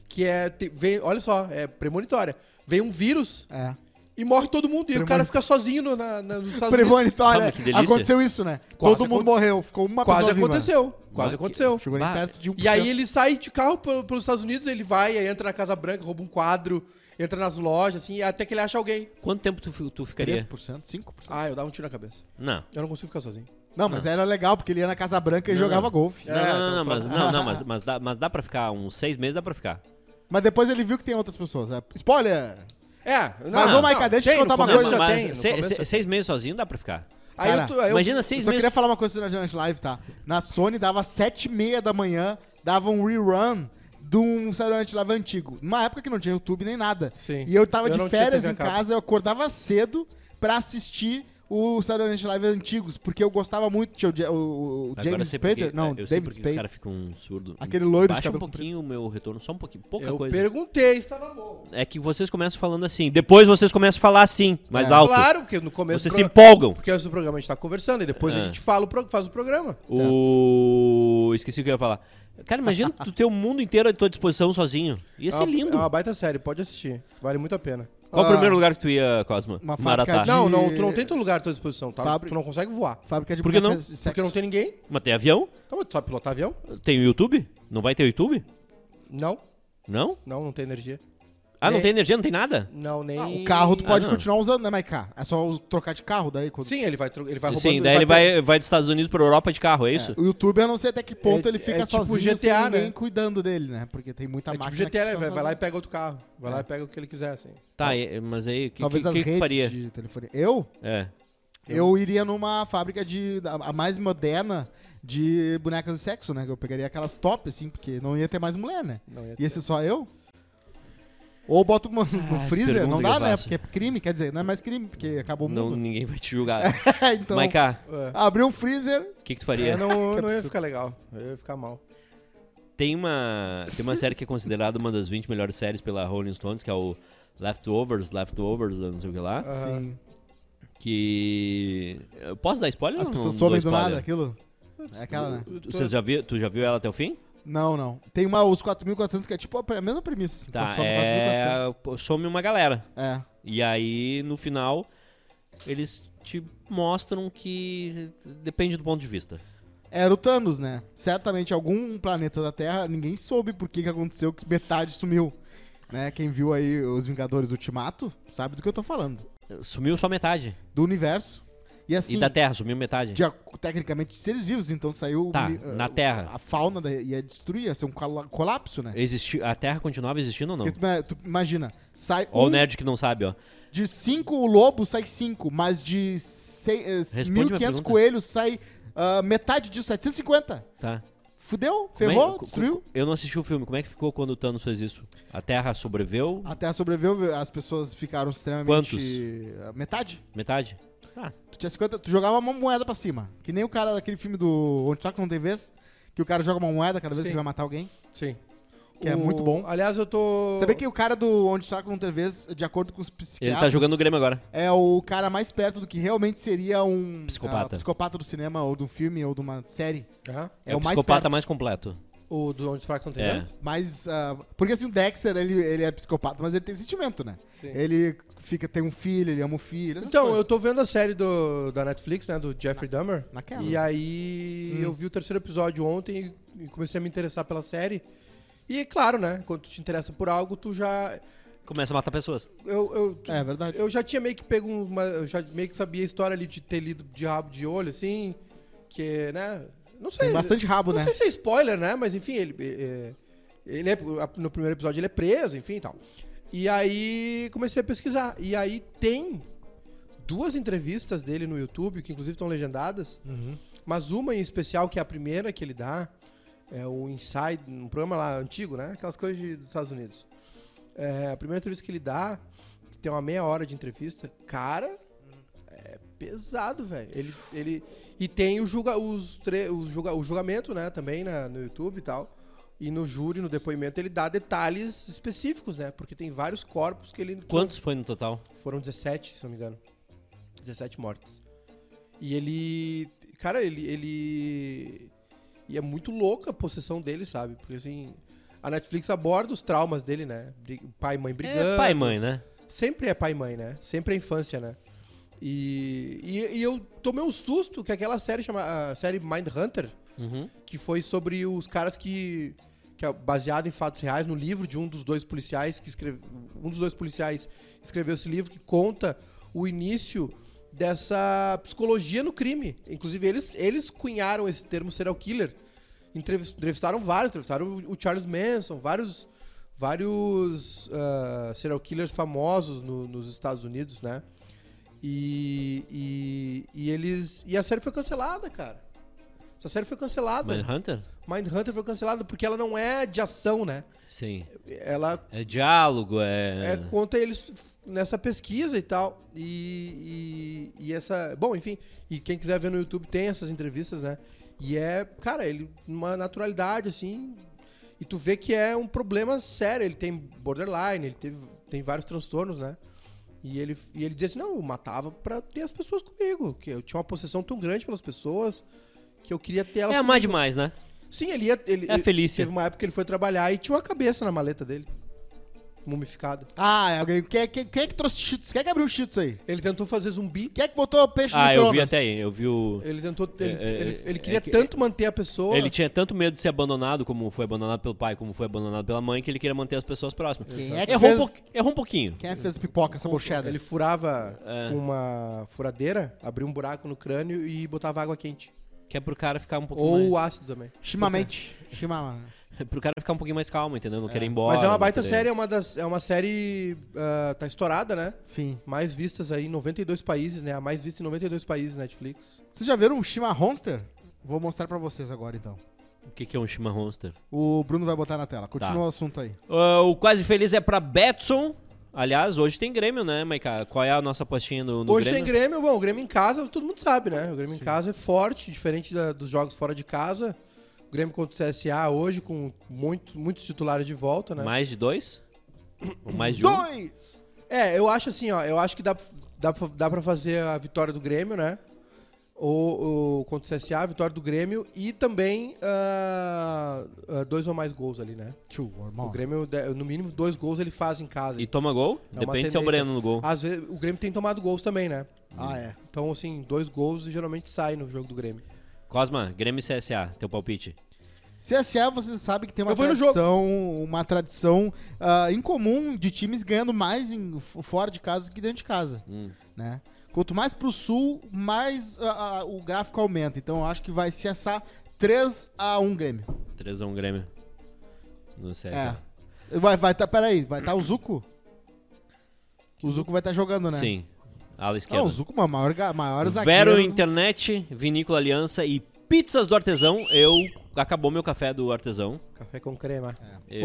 Que é. te- vem, olha só, é premonitória. Vem um vírus É. e morre todo mundo. E o Premoni- cara fica sozinho no, na, na, nos Estados Unidos. Premonitória. Ah, mas que delícia. aconteceu isso, né? Quase Todo mundo acon- morreu. Ficou uma Quase pessoa viva. aconteceu. Quase Mas que- aconteceu. Chegou Bah, nem perto de um E aí ele sai de carro pe- pelos Estados Unidos, ele vai, aí entra na Casa Branca, rouba um quadro, entra nas lojas, assim, até que ele acha alguém. né? Quanto tempo tu, fi- tu ficaria? 3%, 5%. Ah, eu dava um tiro na cabeça. Não. Eu não consigo ficar sozinho. Não, mas era legal, porque ele ia na Casa Branca Ah, e Não, jogava não. golfe. Não, É, não, tem não, uns não, mas, troços- não, não, mas, mas dá, mas dá pra ficar uns seis meses, dá pra ficar. Mas depois ele viu que tem outras pessoas. é. Spoiler! É, não, Mas, ô, Maica, deixa eu te tem, no contar uma Não, começo coisa. já mas tem, no se- começo se- já tem. seis meses sozinho dá pra ficar. Aí eu Cara, tô- aí eu- Imagina seis Ah, Eu só meses. queria falar uma coisa sobre a Janet Live, tá? Na Sony dava 7 e meia da manhã, dava um rerun de um Saturday Night Live antigo. Numa época que não tinha YouTube nem nada. Sim. E eu tava Eu não de tinha férias TV a em cabo. casa, eu acordava cedo pra assistir o Saturday Night Live antigos, porque eu gostava muito. Tinha o, Ja- o- o Agora eu James sei Spader, porque- não, eu sei David porque os Spader. caras ficam surdos. Aquele loiro de Baixa um cabelo pouquinho o meu retorno, só um pouquinho, pouca É Eu coisa. perguntei, estava bom. É que vocês começam falando assim, depois vocês começam a falar assim, mais É. alto. Claro, porque no começo Vocês do se programa- empolgam. Porque antes do programa a gente tá conversando e depois a É. gente fala, o pro- faz o programa. O... Esqueci o que eu ia falar. Cara, imagina tu ter o mundo inteiro à tua disposição sozinho. Ia É ser uma- lindo. É uma baita série, pode assistir. Vale muito a pena. Qual Ah, o primeiro lugar que tu ia, Cosma? uma Maratá. facadinha. Não, E- não, tu não tem teu lugar à tua disposição, tá? Tu Fábrica- não consegue voar. Fábrica de Por que bonecas não? de sexo. Porque não tem ninguém. Mas tem avião? Então, mas tu sabe pilotar avião? Tem o YouTube? Não vai ter o YouTube? Não, Não? não, não tem energia. Ah, não É. tem energia, não tem nada? Não, nem. Ah, o carro tu Ah, pode não. continuar usando, né, Maiká? É só us- trocar de carro daí. Quando... Sim, ele vai, tro- Tá ele vai é roubando. Ah. Sim, daí ele vai, vai dos Estados Unidos pra Europa de carro, é isso? O YouTube, eu não sei até que ponto É- ele fica é tipo sozinho GTA, sem ninguém né? cuidando dele, né? Porque tem muita É tipo máquina que GTA, né? funciona Vai, vai lá e sozinha. pega outro carro. Vai É. lá e pega o que ele quiser, assim. Tá, e- mas aí o que, Talvez que, as que redes faria? de telefonia. Eu? É. Eu iria numa fábrica de a a mais moderna de bonecas de sexo, né? Que Eu pegaria aquelas top, assim, porque não ia ter mais mulher, né? Não ia ter. Ia ser só eu? Ou boto uma no as freezer, não perguntas dá, que eu né? faço. Porque é crime, quer dizer, não é mais crime, porque acabou o Não, mundo. ninguém vai te julgar. então, É, Maiká, É. abriu um freezer. o que, que tu Eu faria? É. não, Que não ia absurdo. ficar legal. Eu ia ficar mal. Tem uma, tem uma série que é considerada uma das 20 melhores séries pela Rolling Stones, que é o Leftovers, Leftovers, não sei o que lá. Aham. Sim. Que. Eu posso dar spoiler? As ou pessoas não somem do dou spoiler? nada, aquilo. É aquela, né? Tu, vocês já viu, tu já viu ela até o fim? Não, não. Tem uma, os 4.400, que é tipo a mesma premissa, assim. Tá, consome é, 4.400. pô, some uma galera. É. E aí, no final, eles te mostram que depende do ponto de vista. Era o Thanos, né? Certamente algum planeta da Terra, ninguém soube por que, que aconteceu que metade sumiu. Né? Quem viu aí os Vingadores Ultimato sabe do que eu tô falando. Sumiu só metade. Do universo. E assim, E da Terra, sumiu metade. de ac- tecnicamente, seres vivos, então saiu. Tá, uni- na ah, Terra. A fauna da- ia destruir, ia ser um cola- colapso, né? Existi... A Terra continuava existindo ou não? Porque tu, ima- tu imagina, sai Ó, o um- nerd que não sabe, ó. de cinco o lobo, sai cinco, mas de sei- eh, Responde minha 1.500 pergunta. coelhos sai ah, metade disso, 750. Tá. Fudeu, Como é- ferrou, co- co- destruiu. Eu não assisti o filme. Como é que ficou quando o Thanos fez isso? A Terra sobreviveu? A Terra sobreviveu, as pessoas ficaram extremamente. ah, Metade? Metade? Ah, Tu tinha 50, tu jogava uma moeda pra cima. Que nem o cara daquele filme do Onde Toca Não Tem Vez, que o cara joga uma moeda cada vez Sim. que vai matar alguém. Sim. Que é muito bom. Aliás, eu tô. Sabia que o cara do Onde Toca Não Tem Vez, de acordo com os psiquiatras, ele tá jogando o Grêmio agora. é o cara mais perto do que realmente seria um Psicopata. ah, psicopata do cinema ou de um filme ou de uma série. Aham. É, É o o mais psicopata perto. mais completo. O do Onde os Fracos Não Tem É. Vez? Mas. ah, porque assim, o Dexter, ele, ele é psicopata, mas ele tem sentimento, né? Sim. Ele fica, tem um filho, ele ama o filho. essas Então, coisas. eu tô vendo a série do, da Netflix, né? Do Jeffrey Dahmer. naquelas, E né? aí eu vi o terceiro episódio ontem e comecei a me interessar pela série. E é claro, né? Quando tu te interessa por algo, tu já. Começa a matar pessoas. Eu, eu, tu- É verdade. eu já tinha meio que pego uma. Eu já meio que sabia a história ali de ter lido de rabo de olho, assim. Que, né? Não sei. Tem bastante rabo, Não né? sei se é spoiler, né? Mas enfim, ele, é- ele é, no primeiro episódio ele é preso, enfim e tal. E aí comecei a pesquisar. E aí tem duas entrevistas dele no YouTube, que inclusive estão legendadas. Mas uma em especial, que é a primeira que ele dá, é o Inside, um programa lá antigo, né? Aquelas coisas de- dos Estados Unidos. É, a primeira entrevista que ele dá, que tem uma meia hora de entrevista, cara, é pesado, velho. Ele, ele, e tem o, julga, os tre, os julga, o julgamento, né, também na- no YouTube e tal. E no júri, no depoimento, ele dá detalhes específicos, né? Porque tem vários corpos que ele. Quantos foi no total? Foram 17, se não me engano. 17 mortes. E ele. Cara, ele. ele e é muito louca a possessão dele, sabe? Porque assim. A Netflix aborda os traumas dele, né? Bri- Pai e mãe brigando. É pai e mãe, né? Sempre é pai e mãe, né? Sempre é infância, né? E, e, e eu tomei um susto que aquela série chama a série Mind Hunter, Uhum. que foi sobre os caras que que é baseado em fatos reais no livro de um dos dois policiais que escreveu um dos dois policiais escreveu esse livro que conta o início dessa psicologia no crime. Inclusive eles eles cunharam esse termo serial killer. Entrevis- Entrevistaram vários, entrevistaram o o Charles Manson, vários vários ah, serial killers famosos no- nos Estados Unidos, né? E, e, e eles e a série foi cancelada, cara. Essa série foi cancelada. Hunter? Mindhunter foi cancelada porque ela não é de ação, né? Sim. Ela É diálogo, é, é. conta eles f- nessa pesquisa e tal. E, e, e essa. Bom, enfim. E quem quiser ver no YouTube tem essas entrevistas, né? E é, cara, ele. Uma naturalidade, assim. E tu vê que é um problema sério. Ele tem borderline, ele teve, tem vários transtornos, né? E ele, e ele dizia assim: não, eu matava pra ter as pessoas comigo. Que eu tinha uma possessão tão grande pelas pessoas que eu queria ter elas É, a mais demais, né? Sim, ele ia. Ele, É a Felícia. Teve uma época que ele foi trabalhar e tinha uma cabeça na maleta dele. mumificada. Ah, é alguém. Quem, é- quem- quem é que trouxe cheetos? Quem é que abriu cheetos aí? Ele tentou fazer zumbi. Quem é que botou peixe no Ah, eu vi micro-ondas? até aí, eu vi o... Ele tentou. Ele, É, é, ele- é, ele é queria que- tanto manter a pessoa. Ele tinha tanto medo de ser abandonado, como foi abandonado pelo pai, como foi abandonado pela mãe, que ele queria manter as pessoas próximas. Quem é que errou, fez- um pouqui- errou um pouquinho. Quem é que fez pipoca, essa bochada? Ele furava É. com uma furadeira, abria um buraco no crânio e botava água quente. Que é pro cara ficar um pouco Ou mais... ácido também. Shimamente. Shimama. pro cara ficar um pouquinho mais calmo, entendeu? Não querer ir embora. Mas é uma baita não querer- série, é uma, das, é uma série. ah, tá estourada, né? Sim. Mais vistas aí em 92 países, né? A mais vista em 92 países Netflix. Vocês já viram o Shima Honster? Vou mostrar pra vocês agora, então. O que, que é um chimarronster? O Bruno vai botar na tela. Continua Tá. o assunto aí. Ah, o Quase Feliz é pra Betson. Aliás, hoje tem Grêmio, né, Maica? Qual é a nossa apostinha no, no Hoje Grêmio? tem Grêmio, bom, o Grêmio em casa todo mundo sabe, né? O Grêmio em casa é forte, diferente da- dos jogos fora de casa. O Grêmio contra o CSA hoje, com muito, muitos titulares de volta, né? Mais de dois? Ou mais de um? Dois! É, eu acho assim, ó, eu acho que dá, dá, pra- dá pra fazer a vitória do Grêmio, né? Ou, ou contra o CSA, a vitória do Grêmio e também ah, ah, dois ou mais gols ali, né? Two or more. O Grêmio, de- no mínimo, dois gols ele faz em casa. E toma gol? É uma Depende se é o tendência. Ah. Breno no gol. Às vezes, o Grêmio tem tomado gols também, né? Ah, é. Então, assim, dois gols geralmente sai no jogo do Grêmio. Cosma, Grêmio e CSA, teu palpite. CSA, vocês sabem que tem uma Eu vou no tradição, uma tradição ah, incomum de times ganhando mais em, f- fora de casa do que dentro de casa, né? Quanto mais pro sul, mais ah, ah, o gráfico aumenta. Então eu acho que vai CSA 3 a 1 Grêmio. 3x1 Grêmio. No É. CSA. Vai, vai tá, peraí, vai tá o Zuco? O Zuco vai estar jogando, né? Sim. um Ala Não, esquerda. o Zuco é o maior, ga- maior zagueiro. Vero Internet, Vinícola Aliança e Pizzas do Artesão. Eu. Acabou meu café do artesão. Café com creme.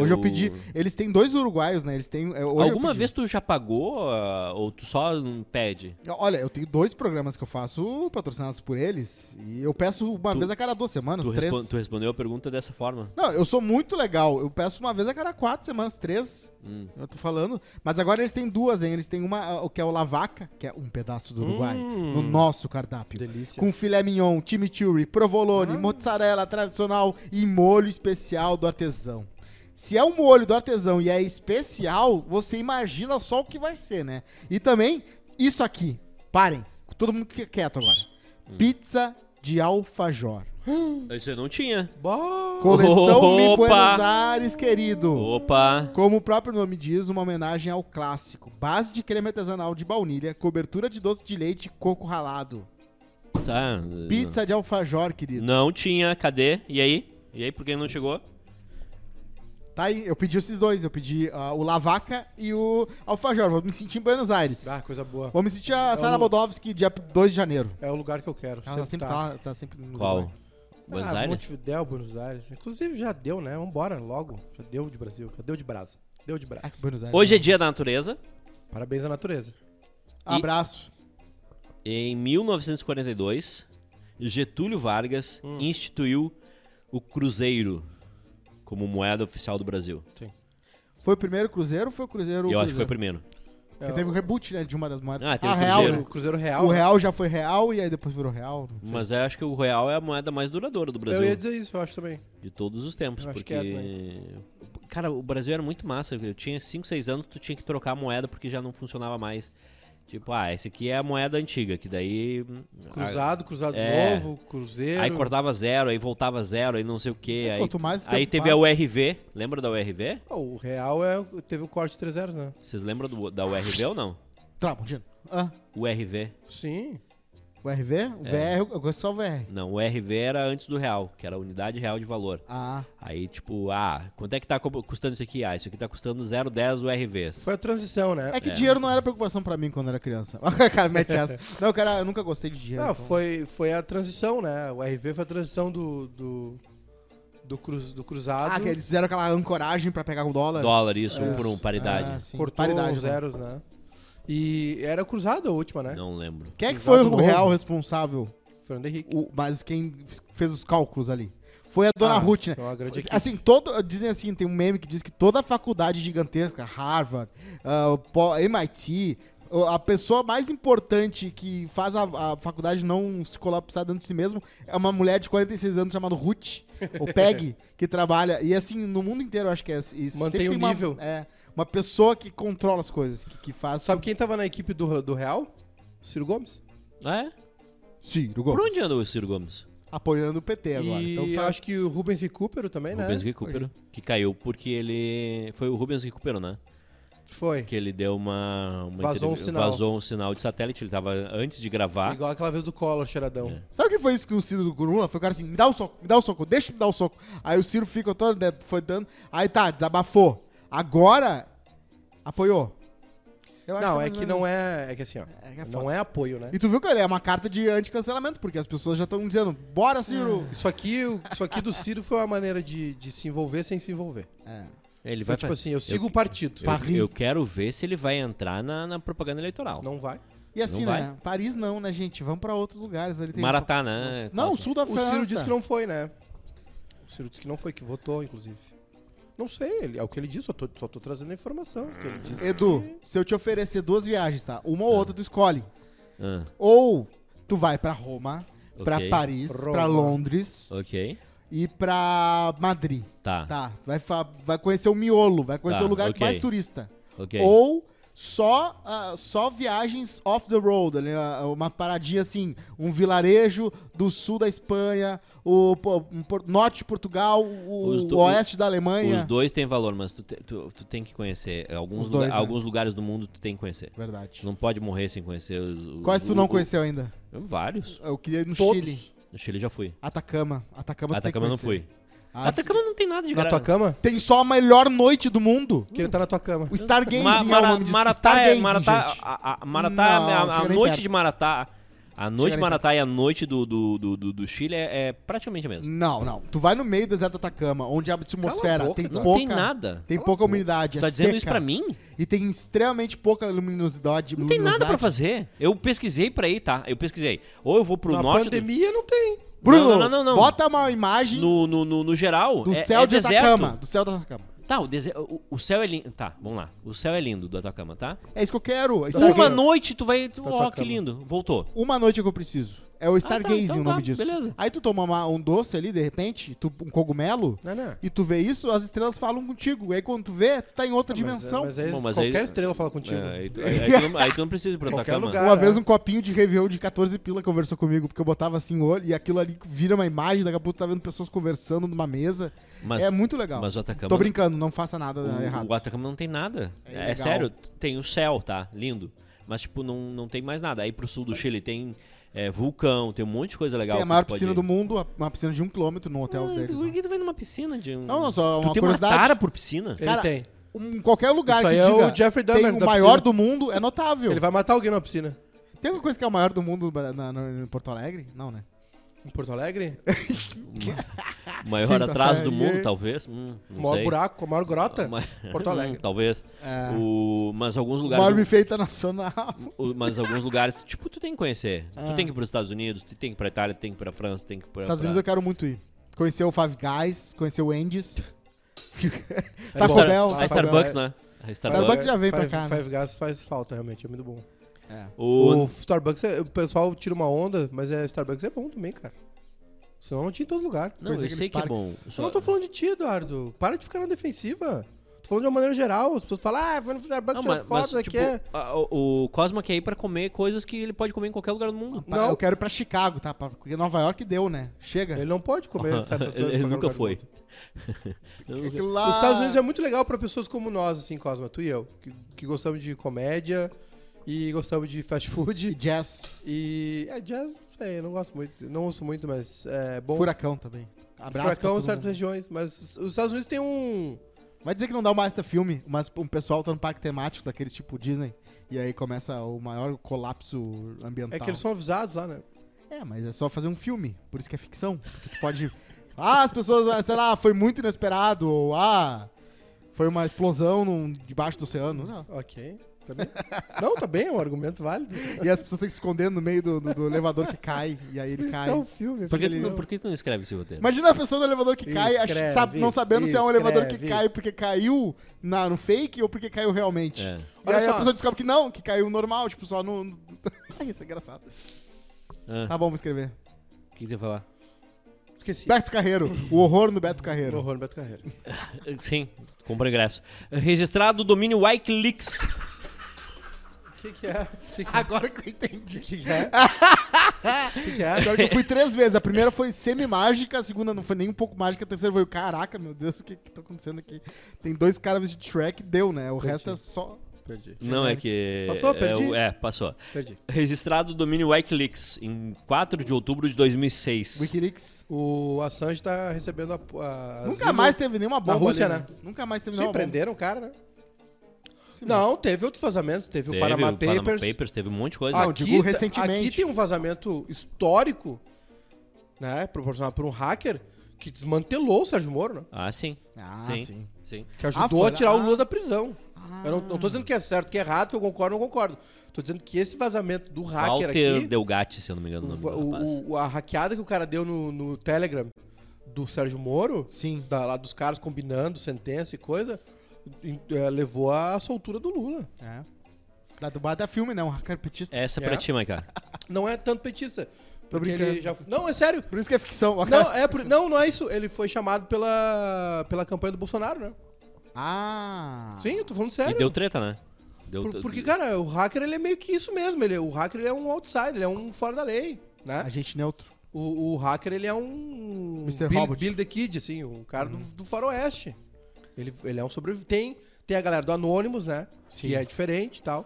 Hoje eu pedi. Eles têm dois uruguaios, né? Eles têm. é, hoje eu Alguma pedi. vez tu já pagou ah, ou tu só hum, pede? Olha, eu tenho dois programas que eu faço patrocinados por eles e eu peço uma Tu- vez a cada duas semanas, Tu, três. respon- tu respondeu a pergunta dessa forma. Não, eu sou muito legal. Eu peço uma vez a cada quatro semanas, três. Eu tô falando. Mas agora eles têm duas, hein? Eles têm uma, o que é o Lavaca, que é um pedaço do Uruguai, no nosso cardápio. delícia. Com filé mignon, chimichurri, provolone, mozzarella tradicional e molho especial do artesão. Se é um molho do artesão e é especial, você imagina só o que vai ser, né? E também, isso aqui. Parem. Todo mundo fica quieto agora. Pizza de alfajor. Isso eu não tinha. Bah! Coleção Mi Opa! Buenos Aires, querido. Opa! Como o próprio nome diz, uma homenagem ao clássico. Base de creme artesanal de baunilha, cobertura de doce de leite e coco ralado. Tá. Pizza de alfajor, querido. Não tinha, cadê? E aí? E aí, por que não chegou? Tá aí, eu pedi esses dois. Eu pedi ah, o lavaca e o alfajor. Vou me sentir em Buenos Aires. Ah, É coisa boa. Vou me sentir a Eu- Sara Bodovski dia 2 de janeiro. É o lugar que eu quero. Ela tá sempre, tá. tá, tá sempre no Qual? Uruguai. Buenos ah, Aires? Montevidéu, Buenos Aires. Inclusive já deu, né? Vambora logo. Já deu de Brasil. Já deu de brasa. Deu de Ah, brasa. que Buenos Aires. Hoje é dia da natureza. Parabéns à natureza. Abraço. Em 1942, Getúlio Vargas Hum. instituiu o cruzeiro como moeda oficial do Brasil. Foi o primeiro cruzeiro ou foi o cruzeiro? Eu acho que foi o cruzeiro? primeiro. Porque teve o reboot, né, de uma das moedas. Ah, teve a o real, cruzeiro. né? O Cruzeiro Real. O né? real já foi real e aí depois virou real. não sei. Mas eu acho que o real é a moeda mais duradoura do Eu ia Brasil dizer isso, eu acho também. de todos os tempos, Eu acho porque que é, cara, o Brasil era muito massa. Eu tinha 5, 6 anos, tu tinha que trocar a moeda porque já não funcionava mais. Tipo, ah, esse aqui é a moeda antiga, que daí Cruzado, cruzado É. novo, cruzeiro. Aí cortava zero, aí voltava zero, aí não sei o que. Aí, quanto mais tempo aí teve a passa- URV. Lembra da URV? Ah, o Real é, teve o corte 3 0 né? Vocês lembram do- da URV ou não? Tramontina. Ah, URV. Sim. o RV? É. O VR, eu gosto só do VR. Não, o URV era antes do real, que era a unidade real de valor. Ah, Aí, tipo, ah, quanto é que tá co- custando isso aqui? Ah, isso aqui tá custando 0,10 URV. Foi a transição, né? é que dinheiro não era preocupação pra mim quando era criança. cara, mete essa. Não, cara, eu nunca gostei de dinheiro. Não, então. foi, foi a transição, né? O RV foi a transição do. do, do, cruz, do cruzado. Ah, que eles fizeram aquela ancoragem pra pegar o dólar. Dólar, isso, um por um, Ah, paridade. sim. cortou Paridade, os né? zeros, né? E era o cruzado a última, né? Não lembro. Quem é que Exato foi o novo. real responsável? Fernando Henrique. O- mas quem fez os cálculos ali? Foi a dona Ah, Ruth, né? é uma grande Foi- equipe. assim, todo, dizem assim, tem um meme que diz que toda faculdade gigantesca, Harvard, ah, po- MIT, o- a pessoa mais importante que faz a, a faculdade não se colapsar dentro de si mesmo é uma mulher de 46 anos chamada Ruth, ou Peg, que trabalha. E assim, no mundo inteiro eu acho que é isso. Mantém Sempre o tem uma- nível. é, Uma pessoa que controla as coisas, que, que faz. Sabe quem tava na equipe do, do Real? Ciro Gomes. É? Ciro Por Gomes. onde anda o Ciro Gomes? Apoiando o PT agora. e então tá- acho que o Rubens Recupero também, né? Rubens Recupero. Que caiu porque ele. Foi o Rubens que recuperou, né? Foi. Que ele deu uma. uma Vazou um entrev- sinal. Vazou um sinal de satélite. Ele tava antes de gravar. Igual aquela vez do Collor, cheiradão. É. Sabe o que foi isso que o Ciro do Lula? Foi o cara assim, me dá um soco, me dá um soco, deixa eu me dar um soco. Aí o Ciro ficou todo, né, foi dando. Aí tá, desabafou. Agora, apoiou. Eu acho Não, mais é ou que menos não é. É que assim, ó. É que é não foda. é apoio, né? E tu viu que ele é uma carta de anticancelamento, porque as pessoas já estão dizendo, bora, Ciro! Isso aqui, o- isso aqui do Ciro foi uma maneira de, de se envolver sem se envolver. É. Ele Foi vai tipo fazer. assim, eu sigo o partido. Eu, eu quero ver se ele vai entrar na, na propaganda eleitoral. Não vai. E assim, Não vai. né? Paris não, né, gente? Vamos pra outros lugares. Ali tem Maratá, né? Não, o Cosma? sul da O França. Ciro disse que não foi, né? O Ciro disse que não foi, que votou, inclusive. Não sei, ele, é o que ele disse, só tô, só tô trazendo a informação. Que ele disse. Hum. Edu, se eu te oferecer duas viagens, tá? Uma ou outra, tu escolhe. Ah, Ou tu vai pra Roma, pra Ok. Paris, Roma. pra Londres ok. e pra Madrid. Tá. Tá, vai, fa- vai conhecer o miolo, vai conhecer Tá, o lugar que ok. mais turista. Ok. Ou só, ah, só viagens off the road, ali, ah, uma paradinha assim, um vilarejo do sul da Espanha, o po- um por- norte de Portugal, o, Os do- o oeste Os da Alemanha. dois têm valor, mas tu, te- tu, tu tem que conhecer. É, Alguns, Os dois, lugar- né? alguns lugares do mundo tu tem que conhecer. Tu Verdade. não pode morrer sem conhecer os. os- Quais tu o- não o- conheceu ainda? Vários. Eu queria ir no Todos. Chile. No Chile já fui. Atacama. Atacama tu tem que Atacama não conhecer. fui. Ah, Atacama não tem nada de Na gra- Hum. tua cama? Tem só a melhor noite do mundo. Queria estar na tua cama. O Stargazing Ma- é Mara- o nome disso. Maratá, é- Stargazing, Maratá, gente. a, a- Maratá Não, é- a- não a, chega nem noite perto. de Maratá. A noite nem de Maratá e a noite do, do, do, do- do Chile é, é praticamente a mesma. Não, não. Tu vai no meio do deserto do Atacama, onde a atmosfera Cala a boca, tem não pouca. tem nada. Tem pouca umidade. Tu tá é dizendo seca, isso pra mim? E tem extremamente pouca luminosidade. Não tem nada pra fazer. Eu pesquisei pra ir, tá? Eu pesquisei. Ou eu vou pro Na norte. do- pandemia não tem. Bruno, Não, não, não, não. bota uma imagem No, no, no, no geral, do é, céu é de deserto. Atacama. Do céu de Atacama. Tá, o, dese- o- o céu é lindo. Tá, vamos lá. O céu é lindo do Atacama, tá? É isso que eu quero. é Uma Stargazing. noite tu vai. Tu, Do ó, que Tá Atacama. lindo. Voltou. Uma noite é que eu preciso. É o Stargazing então o nome tá, disso. beleza. Aí tu toma uma- um doce ali, de repente, tu, um cogumelo, Não, não. e tu vê isso, as estrelas falam contigo. Aí quando tu vê, tu tá em outra dimensão. Mas, mas, aí Bom, mas qualquer aí- estrela fala contigo. É, aí, tu, aí- aí tu não, aí tu não precisa ir pro Qualquer Atacama. lugar. Uma Cara. vez um copinho de Réveillon de 14 pila conversou comigo, porque eu botava assim o olho e aquilo ali vira uma imagem, daqui a pouco tá vendo pessoas conversando numa mesa. Mas- é muito legal. mas o Atacama- Tô brincando, não faça nada errado. O, o Atacama não tem nada. É É, ilegal. sério, tem o céu, tá? Lindo. Mas, tipo, não, não tem mais nada. Aí pro sul do Chile tem é, vulcão, tem um monte de coisa legal. Tem a que maior tu pode piscina ir. do mundo, a- uma piscina de um quilômetro num hotel Ah, deles. Por lá. que tu vai numa piscina de um. Não, não, só Tu uma tem uma curiosidade. tara por piscina? Ele Cara, tem. Um, qualquer lugar Isso aí que é o diga Jeffrey tem Dahmer o da piscina. maior do mundo é notável. Ele vai matar alguém na piscina. Tem alguma coisa que é o maior do mundo no Bra- na- na- em Porto Alegre? Não, né? Em Porto Alegre? É. O maior Quinta atraso do série. mundo, talvez. Hum, O não maior sei. buraco, a maior grota? Mas- Porto Alegre. Hum, talvez. É. O... Mas alguns O lugares. maior buffet internacional. o- Mas alguns lugares, tipo, tu tem que conhecer. É. Tu tem que ir pros Estados Unidos, tu tem que ir pra Itália, tu tem que ir pra França, tu tem que ir pra. Estados pra- Unidos eu é quero muito ir. Conhecer o Five Guys, conhecer o Andes. A Taco Star- Bell. A Taco Starbucks, Bell. né? A Starbucks. Starbucks já veio É pra Five- cá, né? Five Guys faz falta, realmente, é muito bom. O... O Starbucks, é- o pessoal tira uma onda, mas é, Starbucks é bom também, cara. Senão não tinha em todo lugar. Não, eu Coisa sei que é aqueles bom. parques. Eu Só- não tô falando de ti, Eduardo. Para de ficar na defensiva. Tô falando de uma maneira geral. As pessoas falam, ah, foi no Starbucks, Não, tirou mas, foto, mas, isso aqui tipo, é... a- o o Cosma quer ir pra comer coisas que ele pode comer em qualquer lugar do mundo. Pa- Não. Eu quero ir pra Chicago, tá? Pra- Porque Nova York deu, né? Chega. Ele não pode comer certas coisas. ele em ele qualquer nunca lugar do foi. mundo. Eu nunca- Aquilo lá- Os Estados Unidos é muito legal pra pessoas como nós, assim, Cosma, tu e eu, que, que gostamos de comédia e gostamos de fast E food jazz. e... É, jazz, não sei, eu não gosto muito, não ouço muito, mas é bom. Furacão também. Abraço pra Furacão todo em certas mundo. regiões, mas os os Estados Unidos tem um... Vai dizer que não dá uma extra filme, mas o pessoal tá no parque temático daqueles tipo Disney. E aí começa o maior colapso ambiental. É que eles são avisados lá, né? É, mas é só fazer um filme. Por isso que é ficção. Porque tu pode. Ah, as pessoas, ah, sei lá, foi muito inesperado. Ou ah, foi uma explosão num- debaixo do oceano. sei lá. Ok. Tá bem. não, tá bem, é um argumento válido. E as pessoas têm que se esconder no meio do, do- do elevador que cai. E aí ele Isso que é um cai. filme. Por que, tu filho. não, por que tu não escreve esse roteiro? Imagina a pessoa no elevador que cai, ach- Escreve, sabe- não sabendo se é um escreve. elevador que cai porque caiu na, no fake ou porque caiu realmente. É. E Olha aí a só. pessoa descobre que não, que caiu normal, tipo, só no. no- Ai, isso é engraçado. Ah. Tá bom, vou escrever. O que, que tu ia falar? Esqueci. Beto Carreiro. O horror no Beto Carreiro. Horror Beto Carreiro. Eh, Sim, compra ingresso. Registrado o domínio Wikileaks. O que, que é? O que, que Agora que eu entendi. é? O que, que é? Pior que eu fui três vezes. A primeira foi semi-mágica, a segunda não foi nem um pouco mágica, a terceira foi, caraca, meu Deus, o que que tá acontecendo aqui? Tem dois caras vestidos de Shrek, deu, né? O resto é só... Perdi. Não é que. Passou? é Perdi? o- É, passou. Perdi. Registrado o domínio Wikileaks em 4 de outubro de 2006. Wikileaks. O Assange tá recebendo a. a Nunca asilo- mais teve nenhuma bomba Rússia, ali, né? Nunca mais teve Sim, nenhuma bomba. prenderam o cara, né? Não, teve outros vazamentos. Teve, Teve o Panama Papers. Papers, teve um monte de coisa. Ah, Não, Aqui, digo tá- recentemente. Aqui tem um vazamento histórico, né? Proporcionado por um hacker que desmantelou o Sérgio Moro, né? Ah, sim. Ah, sim. sim. sim. Que ajudou foi- a tirar o ah. Lula da prisão. Eu não, não tô dizendo que é certo, que é errado, que eu concordo ou não concordo. Tô dizendo que esse vazamento do hacker Walter aqui. Delgatti, se eu não me engano o nome o- do rapaz. o- o- a hackeada que o cara deu no, no Telegram do Sérgio Moro, Sim. da- lá dos caras combinando sentença e coisa, em- eh, levou à soltura do Lula. É. Da do Bata filme, né? Um hacker petista. Essa é É. pra ti, Maica. Não é tanto petista. porque ele brincando. já- não, é sério. Por isso que é ficção. ó, Não, cara. é por- não, não é isso. Ele foi chamado pela, pela campanha do Bolsonaro, né? Ah. Sim, eu tô falando E sério. deu treta, né? Deu Por- porque, cara, o hacker ele é meio que isso mesmo. Ele, o hacker ele é um outsider, ele é um fora da lei, né? Agente neutro. O, o hacker ele é um. Mr. Bill, Hobbit. Bill the Kid, assim, um cara do, do faroeste. Ele, ele é um sobrevivente. Tem, tem a galera do Anonymous, né? Que é diferente e tal.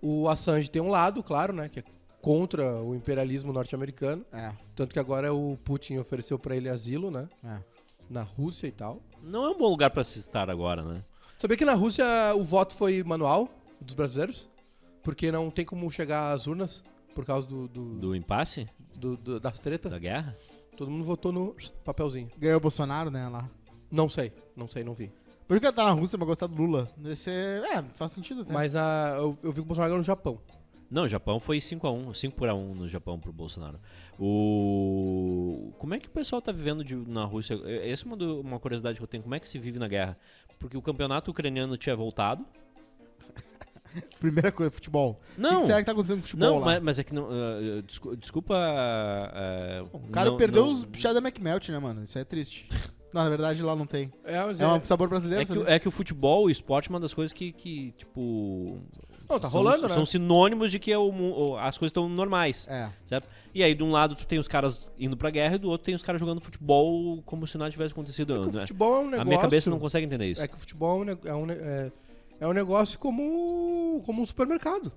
O Assange tem um lado, claro, né? Que é contra o imperialismo norte-americano. É. Tanto que agora o Putin ofereceu pra ele asilo, né? é. Na Rússia e tal. Não é um bom lugar pra se estar agora, né? Sabia que na Rússia o voto foi manual dos brasileiros? Porque não tem como chegar às urnas por causa do, do- Do impasse? do- do- das tretas. Da guerra? Todo mundo votou no papelzinho. Ganhou o Bolsonaro, né? Lá. Não sei, não sei, não vi. Por isso que ela tá na Rússia, mas gostar do Lula. Esse é... é, faz sentido até. Mas na- eu, eu vi que o Bolsonaro ganhou no Japão. Não, o Japão foi 5x1, 5 por 1 no Japão pro Bolsonaro. O. Como é que o pessoal tá vivendo de- na Rússia? Eh, Essa é uma, do- uma curiosidade que eu tenho. Como é que se vive na guerra? Porque o campeonato ucraniano tinha voltado. Primeira coisa, futebol. O Não. que que será que tá acontecendo com futebol Não, lá? mas, mas é que não. eh, eh, descu- desculpa. eh, O cara não- perdeu não- É os bichados da McMelt, né, mano? Isso é triste. não, na verdade lá não tem. É, mas É é- um sabor brasileiro, É que, sabe? o- é que o futebol, o esporte, é uma das coisas que, que tipo. Não, tá são- rolando, né? São sinônimos de que é o mu- o- as coisas estão normais. É. Certo? E aí, de um lado, tu tem os caras indo pra guerra e do outro tem os caras jogando futebol como se nada tivesse acontecido Porque antes. o né? futebol é um negócio. A minha cabeça não consegue entender isso. É que o futebol é um, ne- é um ne- é- é um negócio como, como um supermercado.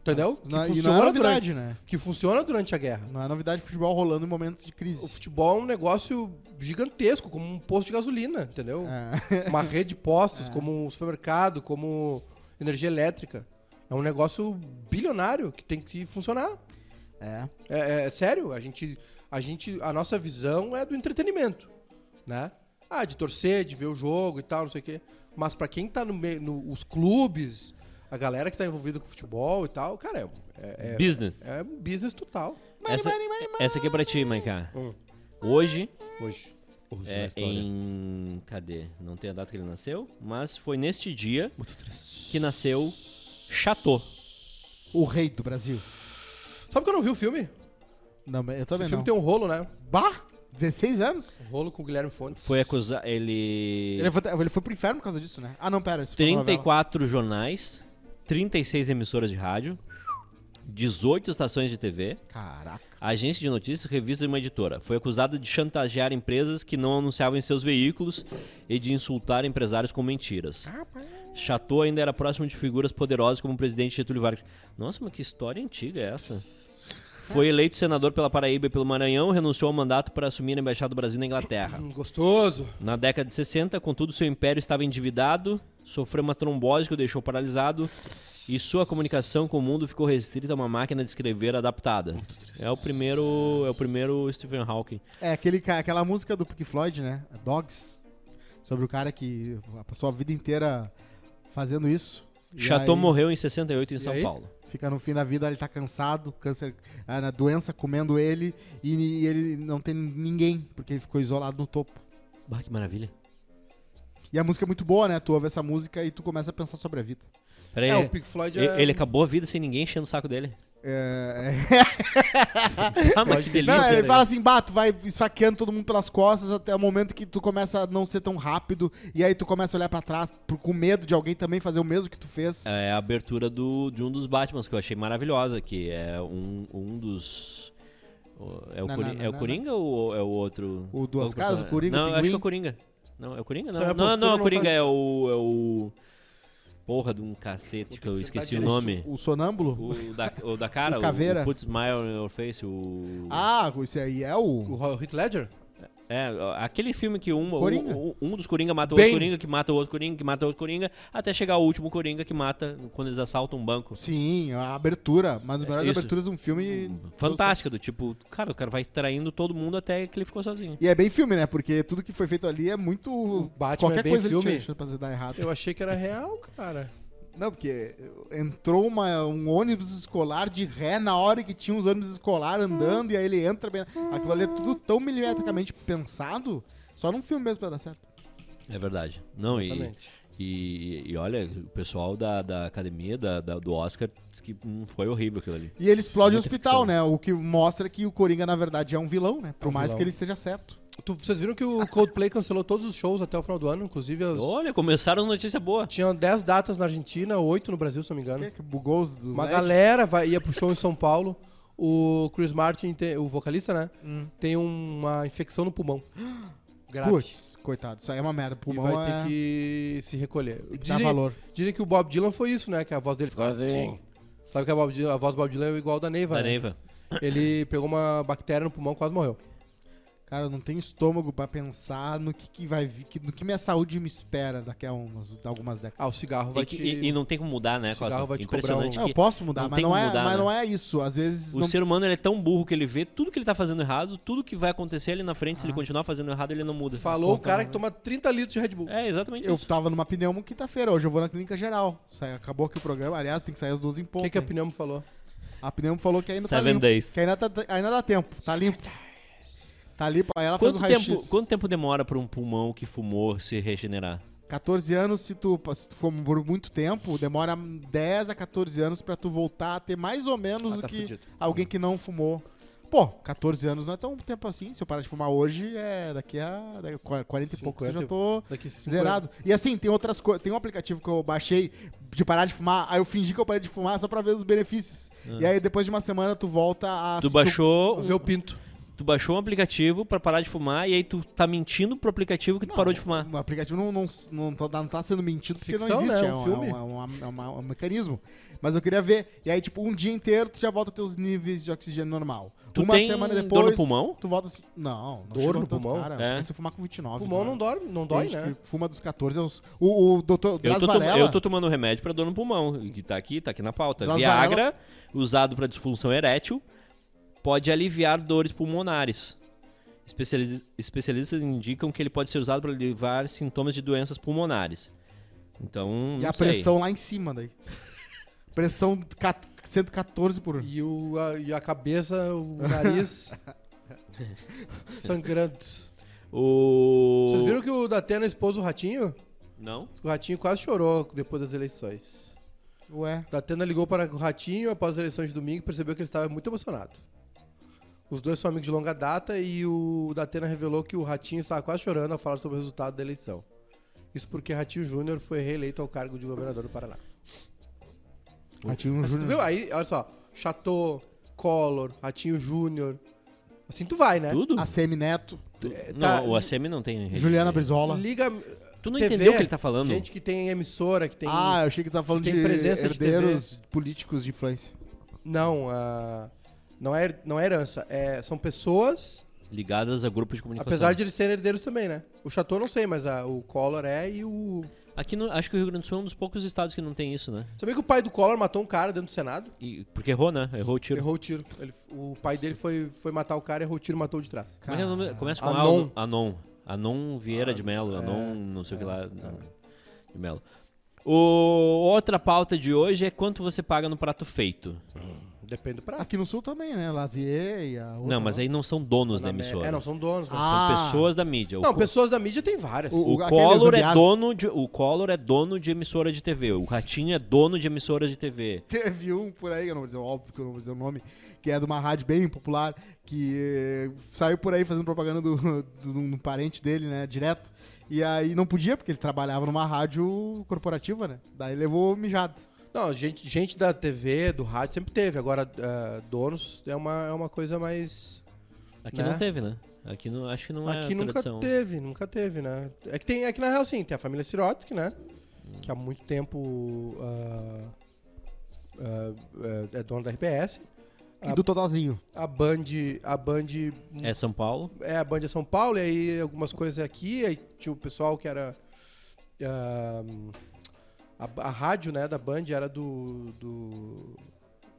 Entendeu? Que Não- e não é funciona novidade, né? durante- que funciona durante a guerra. Não é novidade futebol rolando em momentos de O crise. futebol é um negócio gigantesco, como um posto de gasolina, entendeu? É. Uma rede de postos, como um supermercado, como energia elétrica. É um negócio bilionário que tem que funcionar. é. É, é sério, a gente, a gente. A nossa visão é do entretenimento. Né? Ah, de torcer, de ver o jogo e tal, não sei o quê. Mas pra quem tá no meio. no- os clubes, a galera que tá envolvida com futebol e tal, cara, é, é, Business. é um business total essa, essa aqui é pra ti, Maiká. Hum. Hoje, hoje. Hoje é, na história. em. Cadê? Não tem a data que ele nasceu, mas foi neste dia Muito triste. que nasceu Chateau. O rei do Brasil. Sabe que eu não vi o filme? Não, mas eu Esse também filme não. tem um rolo, né? Bah! 16 anos? Um rolo com o Guilherme Fontes. Foi acusado. Ele. Ele foi, ele foi pro inferno por causa disso, né? Ah, não, pera. Isso foi uma novela. 34 jornais, 36 emissoras de rádio, 18 estações de TV, Caraca. agência de notícias, revista e uma editora. Foi acusado de chantagear empresas que não anunciavam em seus veículos e de insultar empresários com mentiras. Chateau ainda era próximo de figuras poderosas como o presidente Getúlio Vargas. Nossa, mas que história antiga é essa? Foi eleito senador pela Paraíba e pelo Maranhão, renunciou ao mandato para assumir a Embaixada do Brasil na Inglaterra. Hum, gostoso. Na década de 60, contudo, seu império estava endividado, sofreu uma trombose que o deixou paralisado e sua comunicação com o mundo ficou restrita a uma máquina de escrever adaptada. É o primeiro, é o primeiro Stephen Hawking. É aquele, ca- aquela música do Pink Floyd, né? Dogs. Sobre o cara que passou a vida inteira fazendo isso. E Chateau aí morreu em 68 em São aí? Paulo. Fica no fim da vida, ele tá cansado, câncer, a a doença comendo ele e, e ele não tem ninguém, porque ele ficou isolado no topo. Bah, que maravilha. E a música é muito boa, né? Tu ouve essa música e tu começa a pensar sobre a vida. Peraí, É, o ele, Pink Floyd ele- é... ele acabou a vida sem ninguém enchendo o saco dele. É... Ah, mas que delícia. Não, ele né? fala assim, bah, tu vai esfaqueando todo mundo pelas costas até o momento que tu começa a não ser tão rápido, e aí tu começa a olhar pra trás por- com medo de alguém também fazer o mesmo que tu fez. É a abertura do, de um dos Batmans que eu achei maravilhosa, que é um, um dos. o- É o, Não, Cori- não, não, é o não, Coringa ou é o outro? O Duas outro Caras, o personagem? Coringa, o Não, eu acho que é Pinguim? o Coringa. Não, é o Coringa? Essa é a Não, não, postura, não, é o não Coringa, tá- é o. É o. Porra de um cacete que eu que esqueci sentar o direito. nome. O sonâmbulo? O da, o da cara, O o, Caveira. o Put Smile on Your Face, o. Ah, esse aí é o. O Heath Ledger? É, aquele filme que um, Coringa. um, um dos Coringa mata o Bane. outro Coringa, que mata o outro Coringa, que mata o outro Coringa, até chegar o último Coringa que mata quando eles assaltam um banco. Sim, a abertura. Uma das melhores É isso. aberturas de um filme. Fantástica, do tipo, cara, o cara vai traindo todo mundo até que ele ficou sozinho. E é bem filme, né? Porque tudo que foi feito ali é muito. Batman Qualquer é bem coisa ele filme. É, tinha chance pra você dar errado. Eu achei que era real, cara. Não, porque entrou uma- um ônibus escolar de ré na hora que tinha uns ônibus escolar andando e aí ele entra bem. Aquilo ali é tudo tão milimetricamente pensado, só num filme mesmo pra dar certo. É verdade. Não, e, Exatamente. e, e olha, o pessoal da, da academia, da, da- do Oscar, disse que hum, foi horrível aquilo ali. E ele explode o Muita hospital, ficção. né? O que mostra que o Coringa, na verdade, é um vilão, né? Por É um mais vilão. que ele esteja certo. Tu- vocês viram que o Coldplay cancelou todos os shows até o final do ano, inclusive as... Olha, começaram notícia boa. Tinham 10 datas na Argentina, 8 no Brasil, se não me engano. Que, é? que bugou os, os Uma LEDs? galera vai, ia pro show em São Paulo. O Chris Martin, tem- o vocalista, né? Tem uma infecção no pulmão. Grave. Putz, coitado, isso aí é uma merda. e Pulmão vai ter é... que se recolher. dar valor. dizem que o Bob Dylan foi isso, né? Que a voz dele ficou assim. Sabe que a, Bob Dylan- a voz do Bob Dylan é igual a da Neiva, Da né? Neiva. Ele pegou uma bactéria no pulmão, quase morreu. Cara, eu não tenho estômago pra pensar no que, que vai vir, que, no que minha saúde me espera daqui a umas, algumas décadas. Ah, o cigarro vai E, que- te... e- e não tem como mudar, né, o cigarro Costa? vai te cobrar Impressionante um- Não, que eu posso mudar, não mas, tem não como é, mudar, mas né? não é isso. Às vezes O não ser humano ele é tão burro que ele vê tudo que ele tá fazendo errado, tudo que vai acontecer ali na frente, se Ah. ele continuar fazendo errado, ele não muda. Falou o cara que toma 30 litros de Red Bull. É, exatamente Eu isso. tava numa pneumo quinta-feira, hoje eu vou na clínica geral. Sai- acabou aqui o programa, aliás, tem que sair às duas em O ponto. que, é que a né? pneumo falou? a pneumo falou que ainda tá Seven limpo. days. Que ainda, tá- ainda dá tempo, tá limpo. Tá limpo, aí ela Quanto faz o tempo, raio-x. quanto tempo demora pra um pulmão que fumou se regenerar? 14 anos, se tu, se tu for por muito tempo, demora 10 a 14 anos pra tu voltar a ter mais ou menos Ah, do tá que fudido. alguém que não fumou. Pô, 14 anos não é tão tempo assim. Se eu parar de fumar hoje, é daqui a daqui a 40 e poucos eu já 50, tô Daqui cinco Zerado. né? E assim, tem outras coisas. Tem um aplicativo que eu baixei de parar de fumar. Aí eu fingi que eu parei de fumar só pra ver os benefícios. E aí depois de uma semana tu volta a. Ah. Tu sentir baixou, um anos. Ah, Vê o pinto. tu baixou um aplicativo pra parar de fumar e aí tu tá mentindo pro aplicativo que tu parou de fumar. O aplicativo não, não, não, tá- não tá sendo mentido porque Ficção, não existe. né? É Um um, filme. é um- é um- é um- é um mecanismo. Mas eu queria ver. E aí, tipo, um dia inteiro tu já volta a ter os níveis de oxigênio normal. Tu uma tem semana dor depois. no pulmão? Tu volta assim. Não, não Dor chegou no tanto, pulmão? Cara, É. Se eu fumar com 29. O pulmão não dói, não dói, Tem gente né? que Fuma dos 14. aos- O, o doutor Eu Bras tô, tom- Varela. eu tô tomando um remédio pra dor no pulmão, que tá aqui, tá aqui na pauta. Drauzio Viagra, usado pra disfunção erétil, pode aliviar dores pulmonares. Especialis- especialistas indicam que ele pode ser usado para aliviar sintomas de doenças pulmonares. Então, E não a sei. pressão lá em cima daí. Pressão ca- 114 por E, o, a, e a cabeça, o nariz sangrando. O... Vocês viram que o Datena expôs o Ratinho? Não? O Ratinho quase chorou depois das eleições. Ué. O Datena ligou para o Ratinho após as eleições de domingo e percebeu que ele estava muito emocionado. Os dois são amigos de longa data e o Datena revelou que o Ratinho estava quase chorando ao falar sobre o resultado da eleição. Isso porque Ratinho Júnior foi reeleito ao cargo de governador do Paraná. Ratinho Mas tu viu Júnior. aí, olha só, Chateau, Collor, Ratinho Júnior. Assim tu vai, né? Tudo? A CM Neto. É, não, tá, o ACM não tem... rede. Juliana Brizola. Liga. Tu não TV, entendeu o que ele tá falando? Gente que tem emissora, que tem. Ah, eu achei que tu tava falando Tem de presença de herdeiros políticos de influência. Não, ah, não, é, não é herança. É, são pessoas, Ligadas a grupos de comunicação. apesar de eles serem herdeiros também, né? O Chateau eu não sei, mas ah, o Collor é e o. Aqui no- acho que o Rio Grande do Sul é um dos poucos estados que não tem isso, né? Sabia que o pai do Collor matou um cara dentro do Senado? E- porque errou, né? Errou o tiro. Errou o tiro. Ele- o pai dele foi, foi matar o cara, errou o tiro e matou de trás. Como é que é o nome? Começa com Anon. Ah, é, Anon. Anon. Anon Vieira de Melo. Anon não sei o que lá. não, De Melo. O- outra pauta de hoje é quanto você paga no prato feito. Depende do prato. Aqui no sul também, né? Lazier e a outra Não, mas lá. aí não são donos da Na América- emissora. É, não, são donos. mas- Ah. São pessoas da mídia. O não, co- pessoas da mídia tem várias. O- O, aquele Collor é Zambiás. dono de, o Collor é dono de emissora de TV. O Ratinho é dono de emissora de TV. Teve um por aí, que eu não vou dizer, óbvio que eu não vou dizer o nome, que é de uma rádio bem popular, que eh, saiu por aí fazendo propaganda do, do, de um parente dele, né, direto. E aí não podia, porque ele trabalhava numa rádio corporativa, né? Daí levou mijado. Não, gente, gente da TV, do rádio, sempre teve. Agora, ah, donos é uma, é uma coisa mais. Aqui Né? não teve, né? Aqui não, acho que não é aqui nunca tradição. teve, nunca teve, né? É que, tem, é que na real, sim, tem a família Sirotsky, né? Hum. Que há muito tempo ah, ah, é é dona da RBS. E do Totozinho. A Band. A Band É São Paulo. é a Band é São Paulo, e aí algumas coisas é aqui, aí tinha o pessoal que era. ah, a, a rádio, né, da Band era do. do, do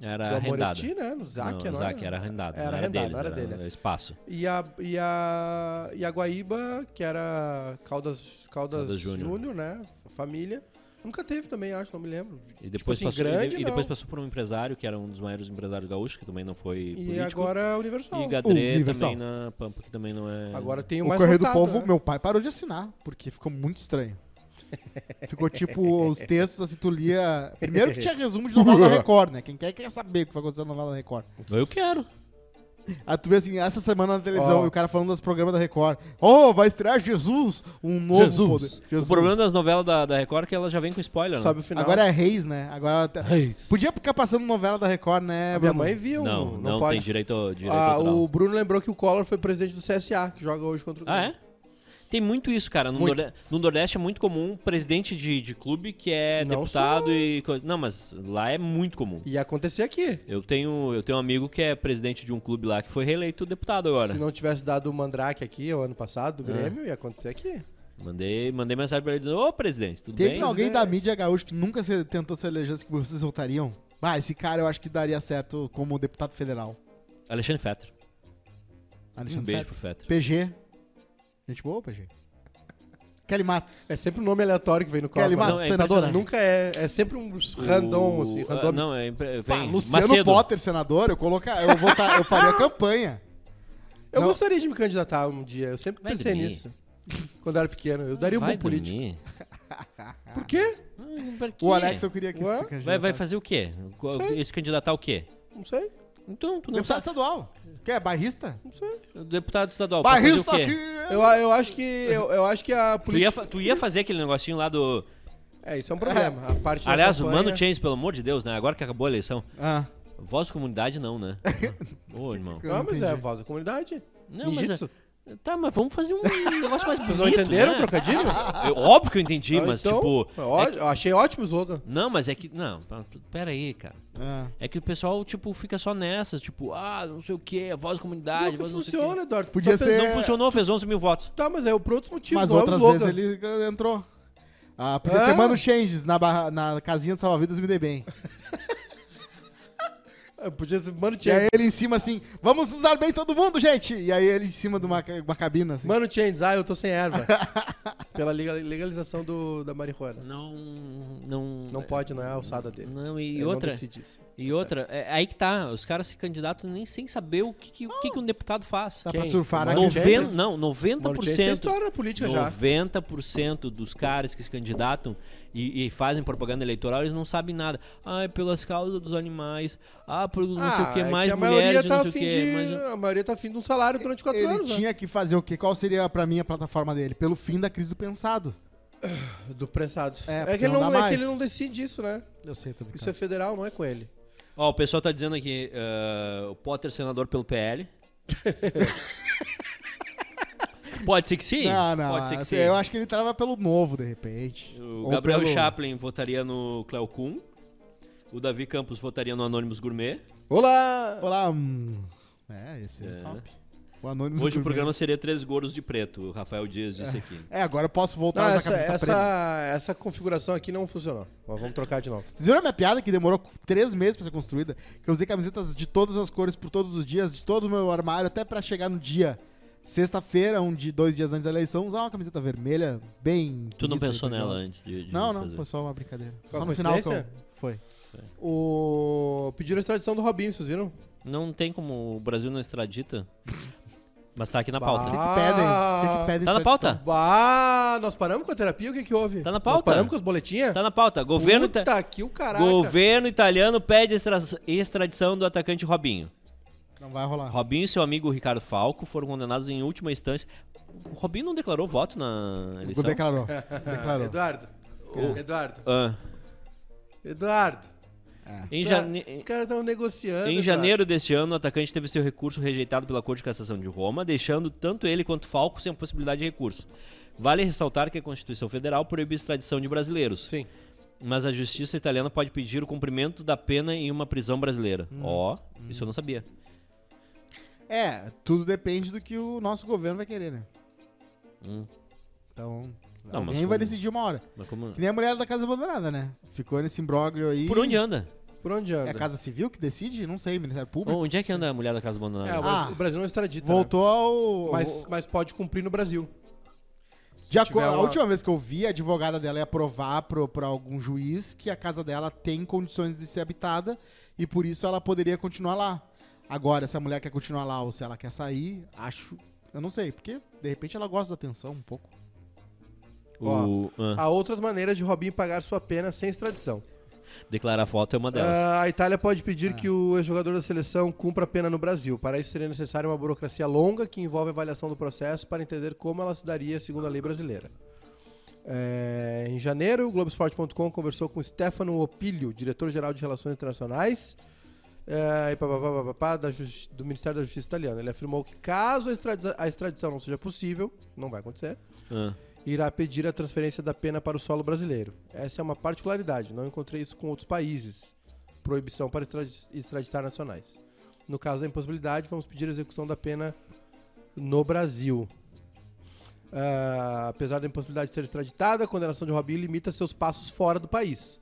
Era arrendado. Amoretti, né? No não, Zac, não, Zaque era arrendado. Era não arrendado, deles, não era dele, é. espaço. E a, e a, e a Guaíba, que era Caldas, Caldas, Caldas Júnior. Júnior, né? A família. Nunca teve também, acho, não me lembro. E depois, assim, passou, e de- grande, e depois não. passou por um empresário, que era um dos maiores empresários gaúchos, que também não foi E político. agora a Universal. E Gadré Universal. também na Pampa, que também não é... Agora tem o O mais Correio votado, do Povo, né? meu pai parou de assinar, porque ficou muito estranho. Ficou tipo os textos, assim, tu lia. Primeiro que tinha resumo de novela da Record, né? Quem quer quer saber o que vai acontecer na novela da Record. Eu quero. Aí tu vê assim, essa semana na televisão, Ó. e o cara falando dos programas da Record. Oh, vai estrear Jesus, um novo Jesus. poder. Jesus. O problema das novelas da, da Record é que elas já vêm com spoiler, Sabe o né? final. Agora é Reis, né? Agora até- Reis. Podia ficar passando novela da Record, né? A é minha Bruno? mãe viu. Não, não, pode. tem direito, direito Ah, autoral. o Bruno lembrou que o Collor foi presidente do CSA, que joga hoje contra o Ah, Grêmio. é? Tem muito isso, cara. No, Muito. Norde- no Nordeste é muito comum presidente de, de clube que é Não deputado e. coisa. Não, mas lá é muito comum. E ia acontecer aqui. Eu tenho, eu tenho um amigo que é presidente de um clube lá que foi reeleito deputado agora. Ah. Se não tivesse dado o Mandrake aqui o ano passado, do Grêmio, ia acontecer aqui. Mandei, mandei mensagem pra ele dizendo: Ô, presidente, tudo Teve bem? alguém né? da mídia gaúcha que nunca se- tentou se eleger que vocês votariam? Ah, esse cara eu acho que daria certo como deputado federal. Alexandre Fetter. Alexandre um beijo Fetter. pro Fetter. PG. Gente boa, PG. Kelly Matos. É sempre um nome aleatório que vem no Collor. Kelly Matos, Não, é senadora. impressionante. Nunca é. É sempre um random, O- assim, ah, random. não, é. impre- Pá, Vem. Luciano Macedo. Potter, senador, eu colocar, eu, votar, eu faria campanha. Eu Não. gostaria de me candidatar um dia. Eu sempre Vai pensei dormir. nisso. Quando eu era pequeno. Eu daria um Vai bom político. dormir? Por quê? Ah, pra quê? O é Alex, eu queria que Ué? se vai, vai candidatasse. fazer o quê? Qual- Sei. Se candidatar ao quê? Não sei. Então, tu não Deputado estadual. Quer? Bairrista? Não sei. sabe. Deputado estadual. pra fazer o Bairrista quê? aqui! Eu, eu acho que. Eu, eu acho que a Tu ia, política. fa- tu ia fazer aquele negocinho lá do. É, isso é um problema. A parte da Aliás, campanha- manda o Chains, pelo amor de Deus, né? Agora que acabou a eleição. Ah, Voz de comunidade, não, né? Ô, irmão. eu não Não, mas é a entendi. voz da comunidade. Não, mas. Ninjitsu. é- Tá, mas vamos fazer um negócio mais bonito. Vocês não entenderam o né? trocadilho? Eu- óbvio que eu entendi, Ah, mas então, tipo. é ó- é que- Eu achei ótimo o slogan. não, mas é que. Não, tá, tu- pera aí, cara. ah. É que o pessoal, tipo, fica só nessas, tipo, ah, não sei o quê, voz de comunidade, Mas voz não não sei o funciona, É. quê. Eduardo. Podia Só ser- pensar- Não funcionou, fez 11 mil votos. Tá, mas é o por outros motivos, Mas não é o outras slogan. vezes ele entrou. Ah, podia Ah. ser Mano Changes na, barra, na casinha de salva-vidas me dei bem. Ah, Podia ser Mano E aí Chains. ele em cima assim, vamos usar bem todo mundo, gente! E aí ele em cima de uma, ca- uma cabina assim. Mano Chains, ah, eu tô sem erva. Pela lega- legalização do, da marihuana. Não. Não. Não pode, não é a alçada dele. Não, e Ele não tá outra. decide isso. E outra, é aí que tá, os caras se candidatam nem sem saber o que, que, o que, que um deputado faz. Dá quem? pra surfar né? na Mano cabeça. Changes? 90, não, 90%. Mano Chains tem é história na política já. 90% dos caras que se candidatam e, e fazem propaganda eleitoral, eles não sabem nada. Ah, é pelas causas dos animais. Ah, por não sei o que, é que mais a maioria mulheres, não tá sei o afim que. de, mais- A maioria tá afim de um salário durante quatro Ele anos. né? tinha que fazer o quê? Qual seria pra mim a plataforma dele? Pelo fim da crise do pensado. Do prensado. É, É, porque que, ele não não, dá é mais. que ele não decide isso, né? Eu sei, tô Isso é federal, não é com ele. Ó, o pessoal tá dizendo aqui, eh, o Potter senador pelo PL. Pode ser que sim. Não, não. Pode ser que assim, sim. Eu acho que ele entrava pelo novo, de repente. O Ou Gabriel pelo- Chaplin votaria no Cleo Kuhn. O Davi Campos votaria no Anonymous Gourmet. Olá! Olá. hum. É, esse é, É. top. O Anônimos Hoje o Gourmet. programa seria Três Goros de Preto. O Rafael Dias disse aqui. É, agora eu posso voltar Não, a usar essa, camiseta preta. essa, essa configuração aqui não funcionou. Mas vamos trocar de novo. Vocês viram a minha piada que demorou três meses pra ser construída? Que eu usei camisetas de todas as cores por todos os dias, de todo o meu armário, até pra chegar no dia. Sexta-feira, um de dois dias antes da eleição, usar uma camiseta vermelha bem. Tu não bonita, pensou nela brilhosa. antes de, de Não, não, fazer. foi só uma brincadeira. Foi só uma no final que eu- coincidência? Foi. O... Pediram a extradição do Robinho, vocês viram? Não tem como o Brasil não extradita. Mas tá aqui na Bah. pauta. O que pedem? O que que pedem Tá na extradição? pauta? Bah, nós paramos com a terapia? O que que houve? Tá na Nós pauta. paramos com as boletinhas? Tá na pauta. Governo, Puta ita- que o caraca. Governo italiano pede extra- extradição do atacante Robinho. Não vai rolar. Robinho e seu amigo Ricardo Falco foram condenados em última instância. O Robinho não declarou voto na eleição? Declarou. Ah, Declarou. Eduardo. Eduardo. Ah, Eduardo. em, tá- jane- Os caras estão negociando. em Eduardo. janeiro deste ano, o atacante teve seu recurso rejeitado pela Corte de Cassação de Roma, deixando tanto ele quanto Falco sem a possibilidade de recurso. Vale ressaltar que a Constituição Federal proíbe a extradição de brasileiros. Sim. Mas a justiça italiana pode pedir o cumprimento da pena em uma prisão brasileira. Ó, isso eu não sabia. É, tudo depende do que o nosso governo vai querer, né? Hum. Então, Não, mas alguém como- vai decidir uma hora. Mas como... Que nem a mulher da Casa Abandonada, né? Ficou nesse imbróglio aí. Por onde anda? Por onde anda? É a Casa Civil que decide? Não sei, Ministério Público. Onde é que anda a mulher da casa É, o abandonada? Brasil- Ah. o Brasil não extradita. né? Voltou ao... Mas, mas pode cumprir no Brasil. De Se acordo- tiver A uma- última vez que eu vi, a advogada dela ia provar pro- pra algum juiz que a casa dela tem condições de ser habitada e por isso ela poderia continuar lá. Agora, se a mulher quer continuar lá ou se ela quer sair, acho. Eu não sei, porque de repente ela gosta da atenção um pouco. O- ah, Há outras maneiras de Robinho pagar sua pena sem extradição. declarar foto é uma delas. Ah, a Itália pode pedir que o jogador da seleção cumpra a pena no Brasil. Para isso seria necessária uma burocracia longa que envolve avaliação do processo para entender como ela se daria segundo a lei brasileira. É, em janeiro, o Globoesporte.com conversou com Stefano Opilio, diretor-geral de Relações Internacionais é, e pá, pá, pá, pá, pá, pá, da Justi- do Ministério da Justiça italiano. Ele afirmou que caso a extradiza- a extradição não seja possível, não vai acontecer, Ah. irá pedir a transferência da pena para o solo brasileiro. Essa é uma particularidade, não encontrei isso com outros países. Proibição para extradi- extraditar nacionais. No caso da impossibilidade, vamos pedir a execução da pena no Brasil. Ah, apesar da impossibilidade de ser extraditada, a condenação de Robinho limita seus passos fora do país.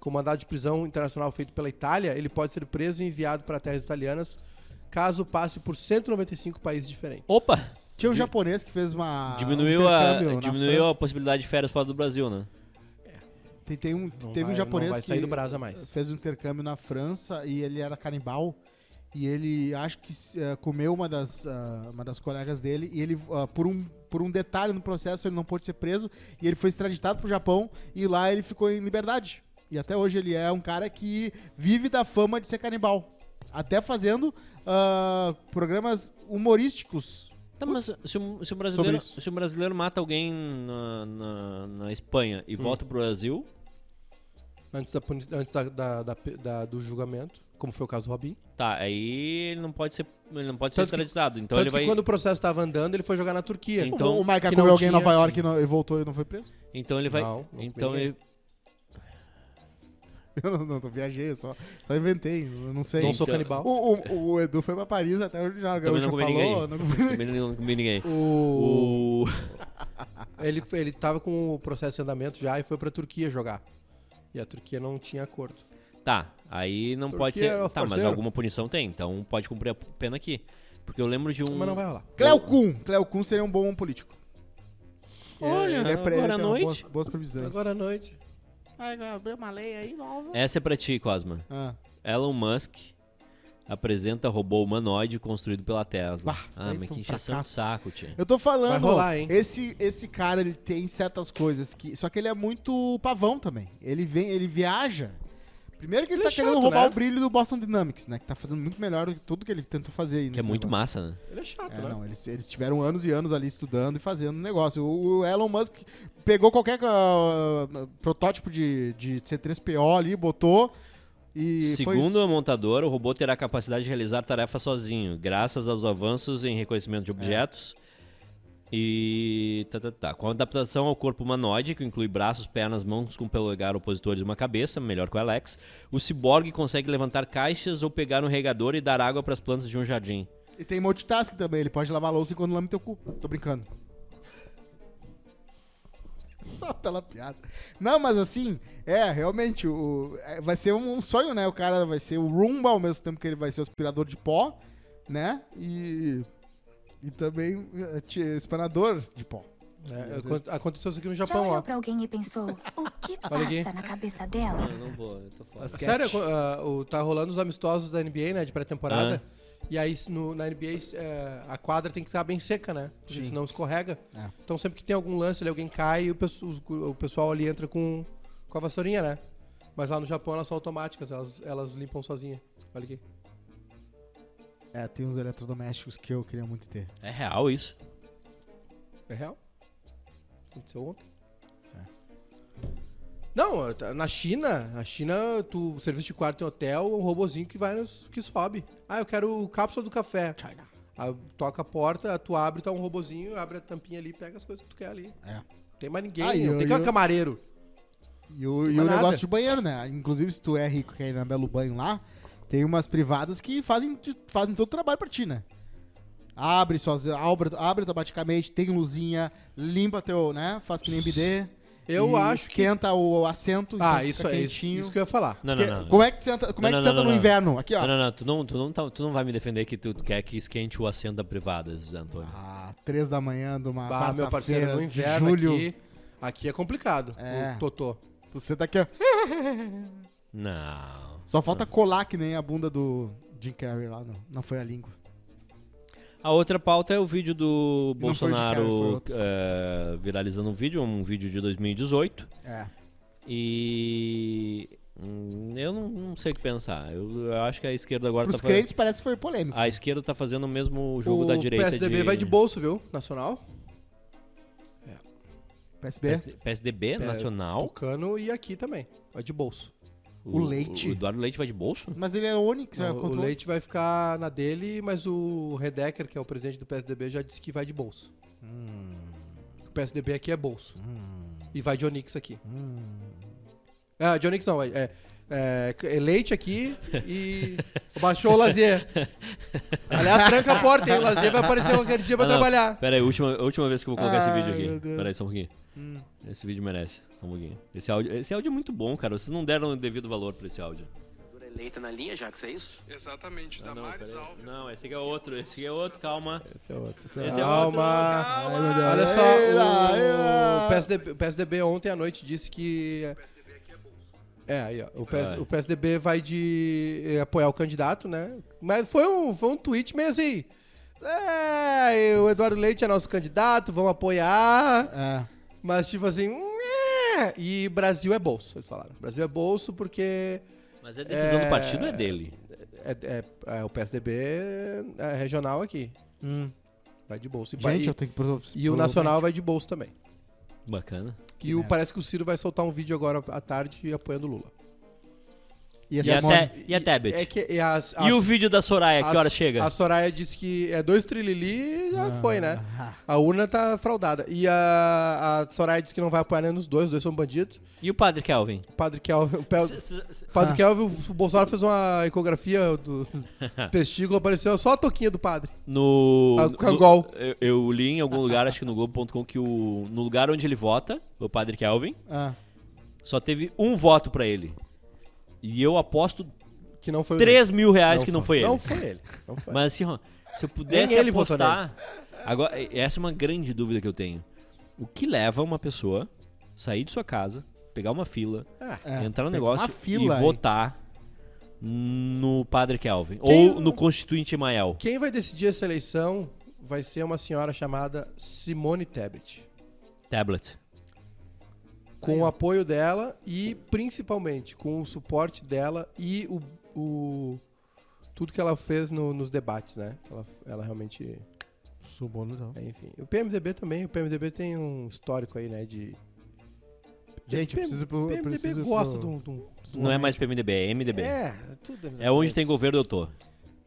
Com mandado de prisão internacional feito pela Itália, ele pode ser preso e enviado para terras italianas caso passe por 195 países diferentes. Opa! Tinha um japonês que fez uma. Diminuiu, um a, intercâmbio na diminuiu a França. possibilidade de férias fora do Brasil, né? Tem, tem um, Não teve vai- um japonês não vai que sair do Brasa mais. fez um intercâmbio na França e ele era canibal. E ele acho que eh, comeu uma das, ah, uma das colegas dele e ele, ah, por, um, por um detalhe no processo, ele não pôde ser preso e ele foi extraditado pro Japão e lá ele ficou em liberdade. E até hoje ele é um cara que vive da fama de ser canibal. Até fazendo ah, programas humorísticos. Tá, mas se um, se um brasileiro, isso. se um brasileiro mata alguém na, na, na Espanha e volta pro Brasil, Antes, da, puni- antes da- da- da pe- da- do julgamento, como foi o caso do Robin. tá, aí ele não pode ser, ele não pode ser Tanto que- extraditado. então Tanto ele vai, que quando o processo estava andando, ele foi jogar na Turquia. Então- Então, o Maica que não comeu alguém em tinha, assim. Nova York e, não- e voltou e não foi preso? então ele vai, Não, não então comi ele, Eu não, não, eu viajei, eu só, só inventei, eu não sei. Não sou Então- canibal. O, o- o Edu foi pra Paris até onde o Jorge Também Gaúcho não comi ninguém. falou. não comi- também não comi ninguém. O- O- Ele, foi- ele tava com o processo em andamento já e foi pra Turquia jogar. E a Turquia não tinha acordo. Tá, aí não Turquia pode é ser. o Tá, mas parceiro. alguma punição tem, então pode cumprir a pena aqui. Porque eu lembro de um. Mas não vai rolar. Cleo Kuhn. Cleo Kuhn seria um bom político. É, Olha, Ele agora pre- ele à tem umas noite. Boas, boas previsões. Agora à noite. Ai, vai abrir Ah, uma lei aí nova. Essa é pra ti, Cosma. Ah, Elon Musk apresenta robô humanoide construído pela Tesla. Bah, isso ah, aí mas foi que um encheção de fracasso. saco, tia. eu tô Vai falando, rolar, ó, hein? Esse, esse cara, ele tem certas coisas que... Só que ele é muito pavão também. Ele vem, ele viaja. Primeiro que ele, Ele tá é querendo chato, roubar né? o brilho do Boston Dynamics, né? Que tá fazendo muito melhor do que tudo que ele tentou fazer aí Que é nesse muito negócio. massa, né? Ele é chato, É, né? não, eles, eles tiveram anos e anos ali estudando e fazendo negócio. O, o Elon Musk pegou qualquer ah, protótipo de, de C3PO ali, botou e Segundo foi... a montadora, o robô terá a capacidade de realizar tarefas sozinho, graças aos avanços em reconhecimento de objetos. E. Tá, tá, tá. Com adaptação ao corpo humanoide, que inclui braços, pernas, mãos com polegar opositores e uma cabeça, melhor que o Alex, o ciborgue consegue levantar caixas ou pegar um regador e dar água para as plantas de um jardim. E tem multitask também, ele pode lavar a louça enquanto lama teu cu. Tô brincando. Só pela piada. Não, mas assim, é, realmente, o, é, vai ser um, um sonho, né? O cara vai ser o Roomba ao mesmo tempo que ele vai ser o aspirador de pó, né? E, e também é, te- eh, espanador de pó. É, aconte- aconteceu isso aqui no Já Japão, olhou ó. pra alguém e pensou, o que Olha aqui. passa na cabeça dela? Eu não vou, eu tô fora. Basquete. Sério, ah, o- tá rolando os amistosos da NBA, né, de pré-temporada. E aí, se no- na NBA, eh, a quadra tem que estar bem seca, né? Porque senão escorrega. É. Então, sempre que tem algum lance ali, alguém cai, o, pesso- os gu- o pessoal ali entra com, com a vassourinha, né? Mas lá no Japão, elas são automáticas, elas, elas limpam sozinha. Olha aqui. É, tem uns eletrodomésticos que eu queria muito ter. É real isso? É real? Aconteceu ontem. É. Não, tá- na China, na China, tu, o serviço de quarto em hotel é um robozinho que vai nos, que sobe. Ah, eu quero cápsula do café. Ah, toca a porta, tu abre, tá um robozinho, abre a tampinha ali, pega as coisas que tu quer ali. É. Não tem mais ninguém, Ah, e não eu- tem que é um eu- camareiro. E o, Tem e o mais é nada. negócio de banheiro, né? Inclusive, se tu é rico e quer ir na Belo Banho lá, tem umas privadas que fazem, de- fazem todo o trabalho pra ti, né? Abre, sozinho, abre, abre automaticamente, tem luzinha, limpa teu, né? Faz que nem bidê. Eu e acho que- esquenta o assento. então Ah, fica isso é isso, quentinho. isso que eu ia falar. Não, não, Porque- não. Como é que tu senta, como é que Não, tu não, senta não, no não. inverno? Aqui, ó. Não, não, não, tu não, tu não, tá- tu não vai me defender que tu quer que esquente o assento da privada, Zé Antônio. Ah, três da manhã de uma Bah, ah, meu parceiro, quarta-feira no de inverno julho. aqui, aqui é complicado, É. o totô. Tu senta aqui, ó. Não. Só falta colar que nem a bunda do Jim Carrey lá. Não, não foi a língua. A outra pauta é o vídeo do Não foi o de Carrie, foi Bolsonaro outro. eh, viralizando um vídeo, um vídeo de 2018. É. E. hum, Eu não, não sei o que pensar. Eu, eu acho que a esquerda agora Pros tá fazendo. crentes parece que foi polêmico. A esquerda tá fazendo o mesmo jogo da direita. O PSDB vai de bolso, viu? Nacional. PSB. PSD PSDB nacional. Tucano e aqui também. Vai de bolso. o Leite. O Eduardo Leite vai de bolso? Mas ele é Onix, é Não, o contra o- Leite vai ficar na dele, mas o Redecker, que é o presidente do PSDB, já disse que vai de bolso. O PSDB aqui é bolso. E vai de Onix aqui. Ah, de Onix não, vai. É, é, é Leite aqui e baixou o Lazier. Aliás, tranca a porta, hein? O Lazier vai aparecer qualquer dia pra Não, não. trabalhar. Pera aí, última, última vez que eu vou colocar esse Ai, vídeo meu aqui. Deus. Hum. Pera aí, só um pouquinho. Esse vídeo merece. Só um pouquinho. Esse áudio, esse áudio é muito bom, cara. Vocês não deram o devido valor pra esse áudio. Vereadora eleita na linha, Jax, é isso? Exatamente, da Damares Alves. Não, esse aqui é outro. Esse aqui é outro, calma. Esse é outro. Esse é outro, Calma. calma. Olha só, Eira, o, eira. o PSDB, o PSDB ontem à noite disse que. É, aí, ó. O, PS o PSDB vai de eh, apoiar o candidato, né? Mas foi um, foi um tweet meio assim. É, o Eduardo Leite é nosso candidato, vamos apoiar. É. Mas tipo assim. hum, é. E Brasil é bolso, eles falaram. Brasil é bolso porque Mas é decisão do partido, é dele. é, é- é o PSDB é regional aqui. Vai de bolso. E, vai- Gente, eu tenho que... pro- e o pro- Nacional vai de bolso também. Bacana. E o, parece que o Ciro vai soltar um vídeo agora à tarde apoiando o Lula. E, E essa a, semana- Te- e a Tebet? É que, e, as, E as- o vídeo da Soraya, as- que hora chega? A Soraya disse que é dois trilili e já foi, né? A urna tá fraudada. E a, a Soraya disse que não vai apoiar nenhum dos dois, os dois são bandidos. E o Padre Kelvin? O padre Kelvin. O, Pel- C- c- c- o padre Kelvin, o Bolsonaro fez uma ecografia do testículo, apareceu só a toquinha do padre. No. Ah, no- Cangol. eu, eu li em algum lugar, acho que no Globo.com, que o, no lugar onde ele vota, o Padre Kelvin, Ah, só teve um voto pra ele. E eu aposto Que não foi o 3 mil reais que não foi ele. Não foi ele. Não foi. Mas assim, ó, se eu pudesse Nem ele votou apostar. Agora, essa é uma grande dúvida que eu tenho. O que leva uma pessoa sair de sua casa, pegar uma fila, Ah, é, entrar no pegar negócio uma fila, e hein? votar no Padre Kelvin? Quem- Ou no Constituinte Emael? Quem vai decidir essa eleição vai ser uma senhora chamada Simone Tebet. Tablet. com o apoio dela e principalmente com o suporte dela e o, o- tudo que ela fez no- nos debates, né? Ela, ela realmente, subou no é, enfim. O PMDB também, o PMDB tem um histórico aí, né? De Gente, eu preciso... pro- o eu PMDB preciso gosta um, pro- do, do Não é mais PMDB, é MDB. É, é tudo onde tem governo, eu tô.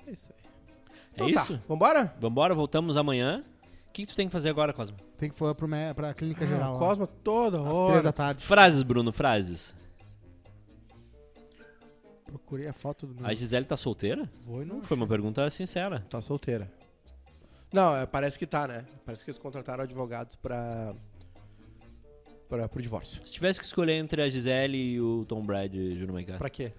É isso aí. é Então tá, isso? Vambora? Vambora, voltamos amanhã. O que, que tu tem que fazer agora, Cosmo? Tem que for pro me- pra clínica Ah, geral. lá. Cosma toda Às três da hora. tarde. Frases, Bruno, frases. Procurei a foto do Hum. meu... A Gisele tá solteira? Vou e não... Foi uma pergunta sincera. Tá solteira. Não, é, parece que tá, né? Parece que eles contrataram advogados pra, pra, pro divórcio. Se tivesse que escolher entre a Gisele e o Tom Brady, Júnior Maiká, Pra quê?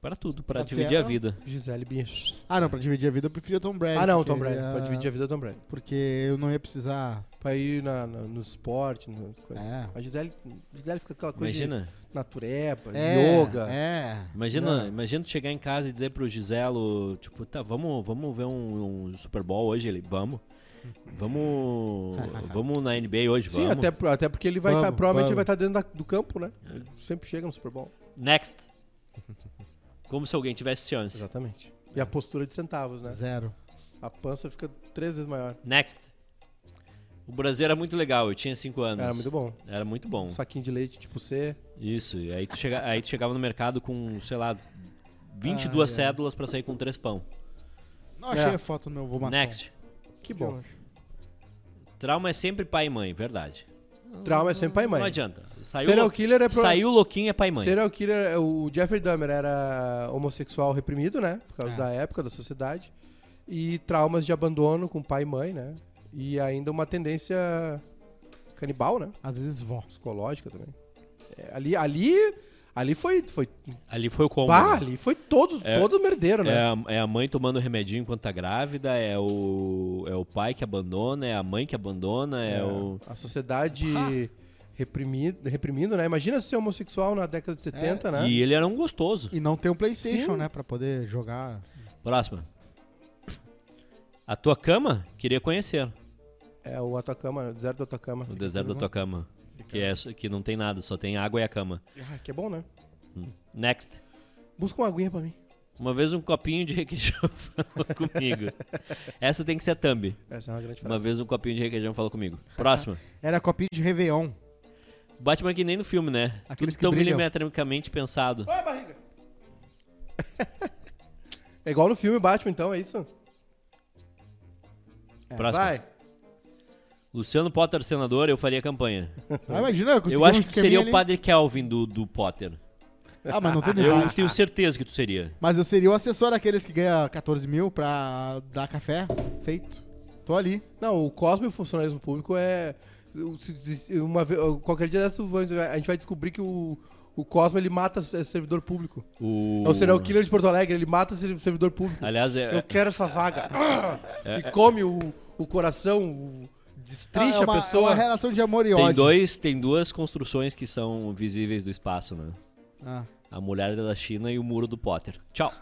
Pra tudo, pra Tá dividir certo. a vida. Gisele Bündchen. Ah, não, pra dividir a vida eu preferia Tom Brady. Ah, não, É, porque Tom Brady. ele ia- Pra dividir a vida, Tom Brady. Porque eu não ia precisar. Pra ir na, na- no esporte, nas coisas. É. A Gisele, Gisele fica aquela coisa Imagina, de natureba, É, yoga. É. imagina, Não. imagina tu chegar em casa e dizer pro Giselo, tipo, tá, vamos, vamos ver um, um Super Bowl hoje, ele, vamos. Vamos, vamos na NBA hoje, Sim, vamos. É. até, pro- até porque ele vai Vamos, tá- provavelmente vamos. ele vai estar dentro da- do campo, né? Ele sempre chega no Super Bowl. Next. Como se alguém tivesse chance. Exatamente. E a postura de centavos, né? Zero. A pança fica três vezes maior. Next. O Brasil era muito legal, eu tinha 5 anos. Era muito bom. Era muito bom. Um saquinho de leite tipo C. Isso, e aí tu, chega, aí tu chegava no mercado com, sei lá, 22 cédulas pra sair com 3 pão. Não achei É. a foto do meu vô maçom. Next. Que bom. Trauma é sempre pai e mãe, verdade. Trauma é sempre pai e mãe. Não adianta. Saiu, Serial lou- killer é pro- Saiu louquinho é pai e mãe. Serial killer, é, o Jeffrey Dahmer era homossexual reprimido, né? Por causa É. da época, da sociedade. E traumas de abandono com pai e mãe, né? E ainda uma tendência canibal, né? Às vezes vó. Psicológica também. É, ali, ali, ali foi, foi, Ali foi o combo. pá, né? ali foi todos, É- todo merdeiro, é, né? a, é a mãe tomando remedinho enquanto tá grávida, é o, é o pai que abandona, é a mãe que abandona, é, o... A sociedade Ah. reprimindo, reprimindo, né? Imagina ser homossexual na década de 70, né? E ele era um gostoso. E não tem um PlayStation, Sim. né? Pra poder jogar. Próxima. A tua cama, queria conhecer. É o Atacama, né? o deserto do Atacama. O deserto da tua cama. Que, é, só- que não tem nada, só tem água e a cama. Ah, que é bom, né? Next. Busca uma aguinha pra mim. Uma vez um copinho de requeijão falou comigo. Essa tem que ser a thumb. Essa é uma grande Uma frase. vez um copinho de requeijão falou comigo. Próxima. Era copinho de Réveillon. Batman que nem no filme, né? Aqueles Tudo que tão brilham. milimetricamente pensado. Olha a barriga! é igual no filme Batman, então, é isso? É, Próxima. Luciano Potter senador, eu faria campanha. Ah, imagina, eu consegui eu acho um que tu seria esqueminha o padre Kelvin do, do Potter. ali. Ah, mas não tem Eu detalhe. tenho certeza que tu seria. Mas eu seria o assessor daqueles que ganha 14 mil pra dar café. Feito. Tô ali. Não, o Cosmo e o funcionalismo público é... se- se- Uma vez, qualquer dia dessa, a gente vai descobrir que o, o Cosmo, ele mata se- servidor público. O... É o serial killer de Porto Alegre, ele mata ser- servidor público. Aliás, Eu é, quero essa vaga. e come o, o coração, o- destrincha Ah, é uma, a É pessoa. uma relação de amor e tem, ódio. dois, tem duas construções que são visíveis do espaço, né? Ah. A Muralha da China e o Muro do Potter. Tchau.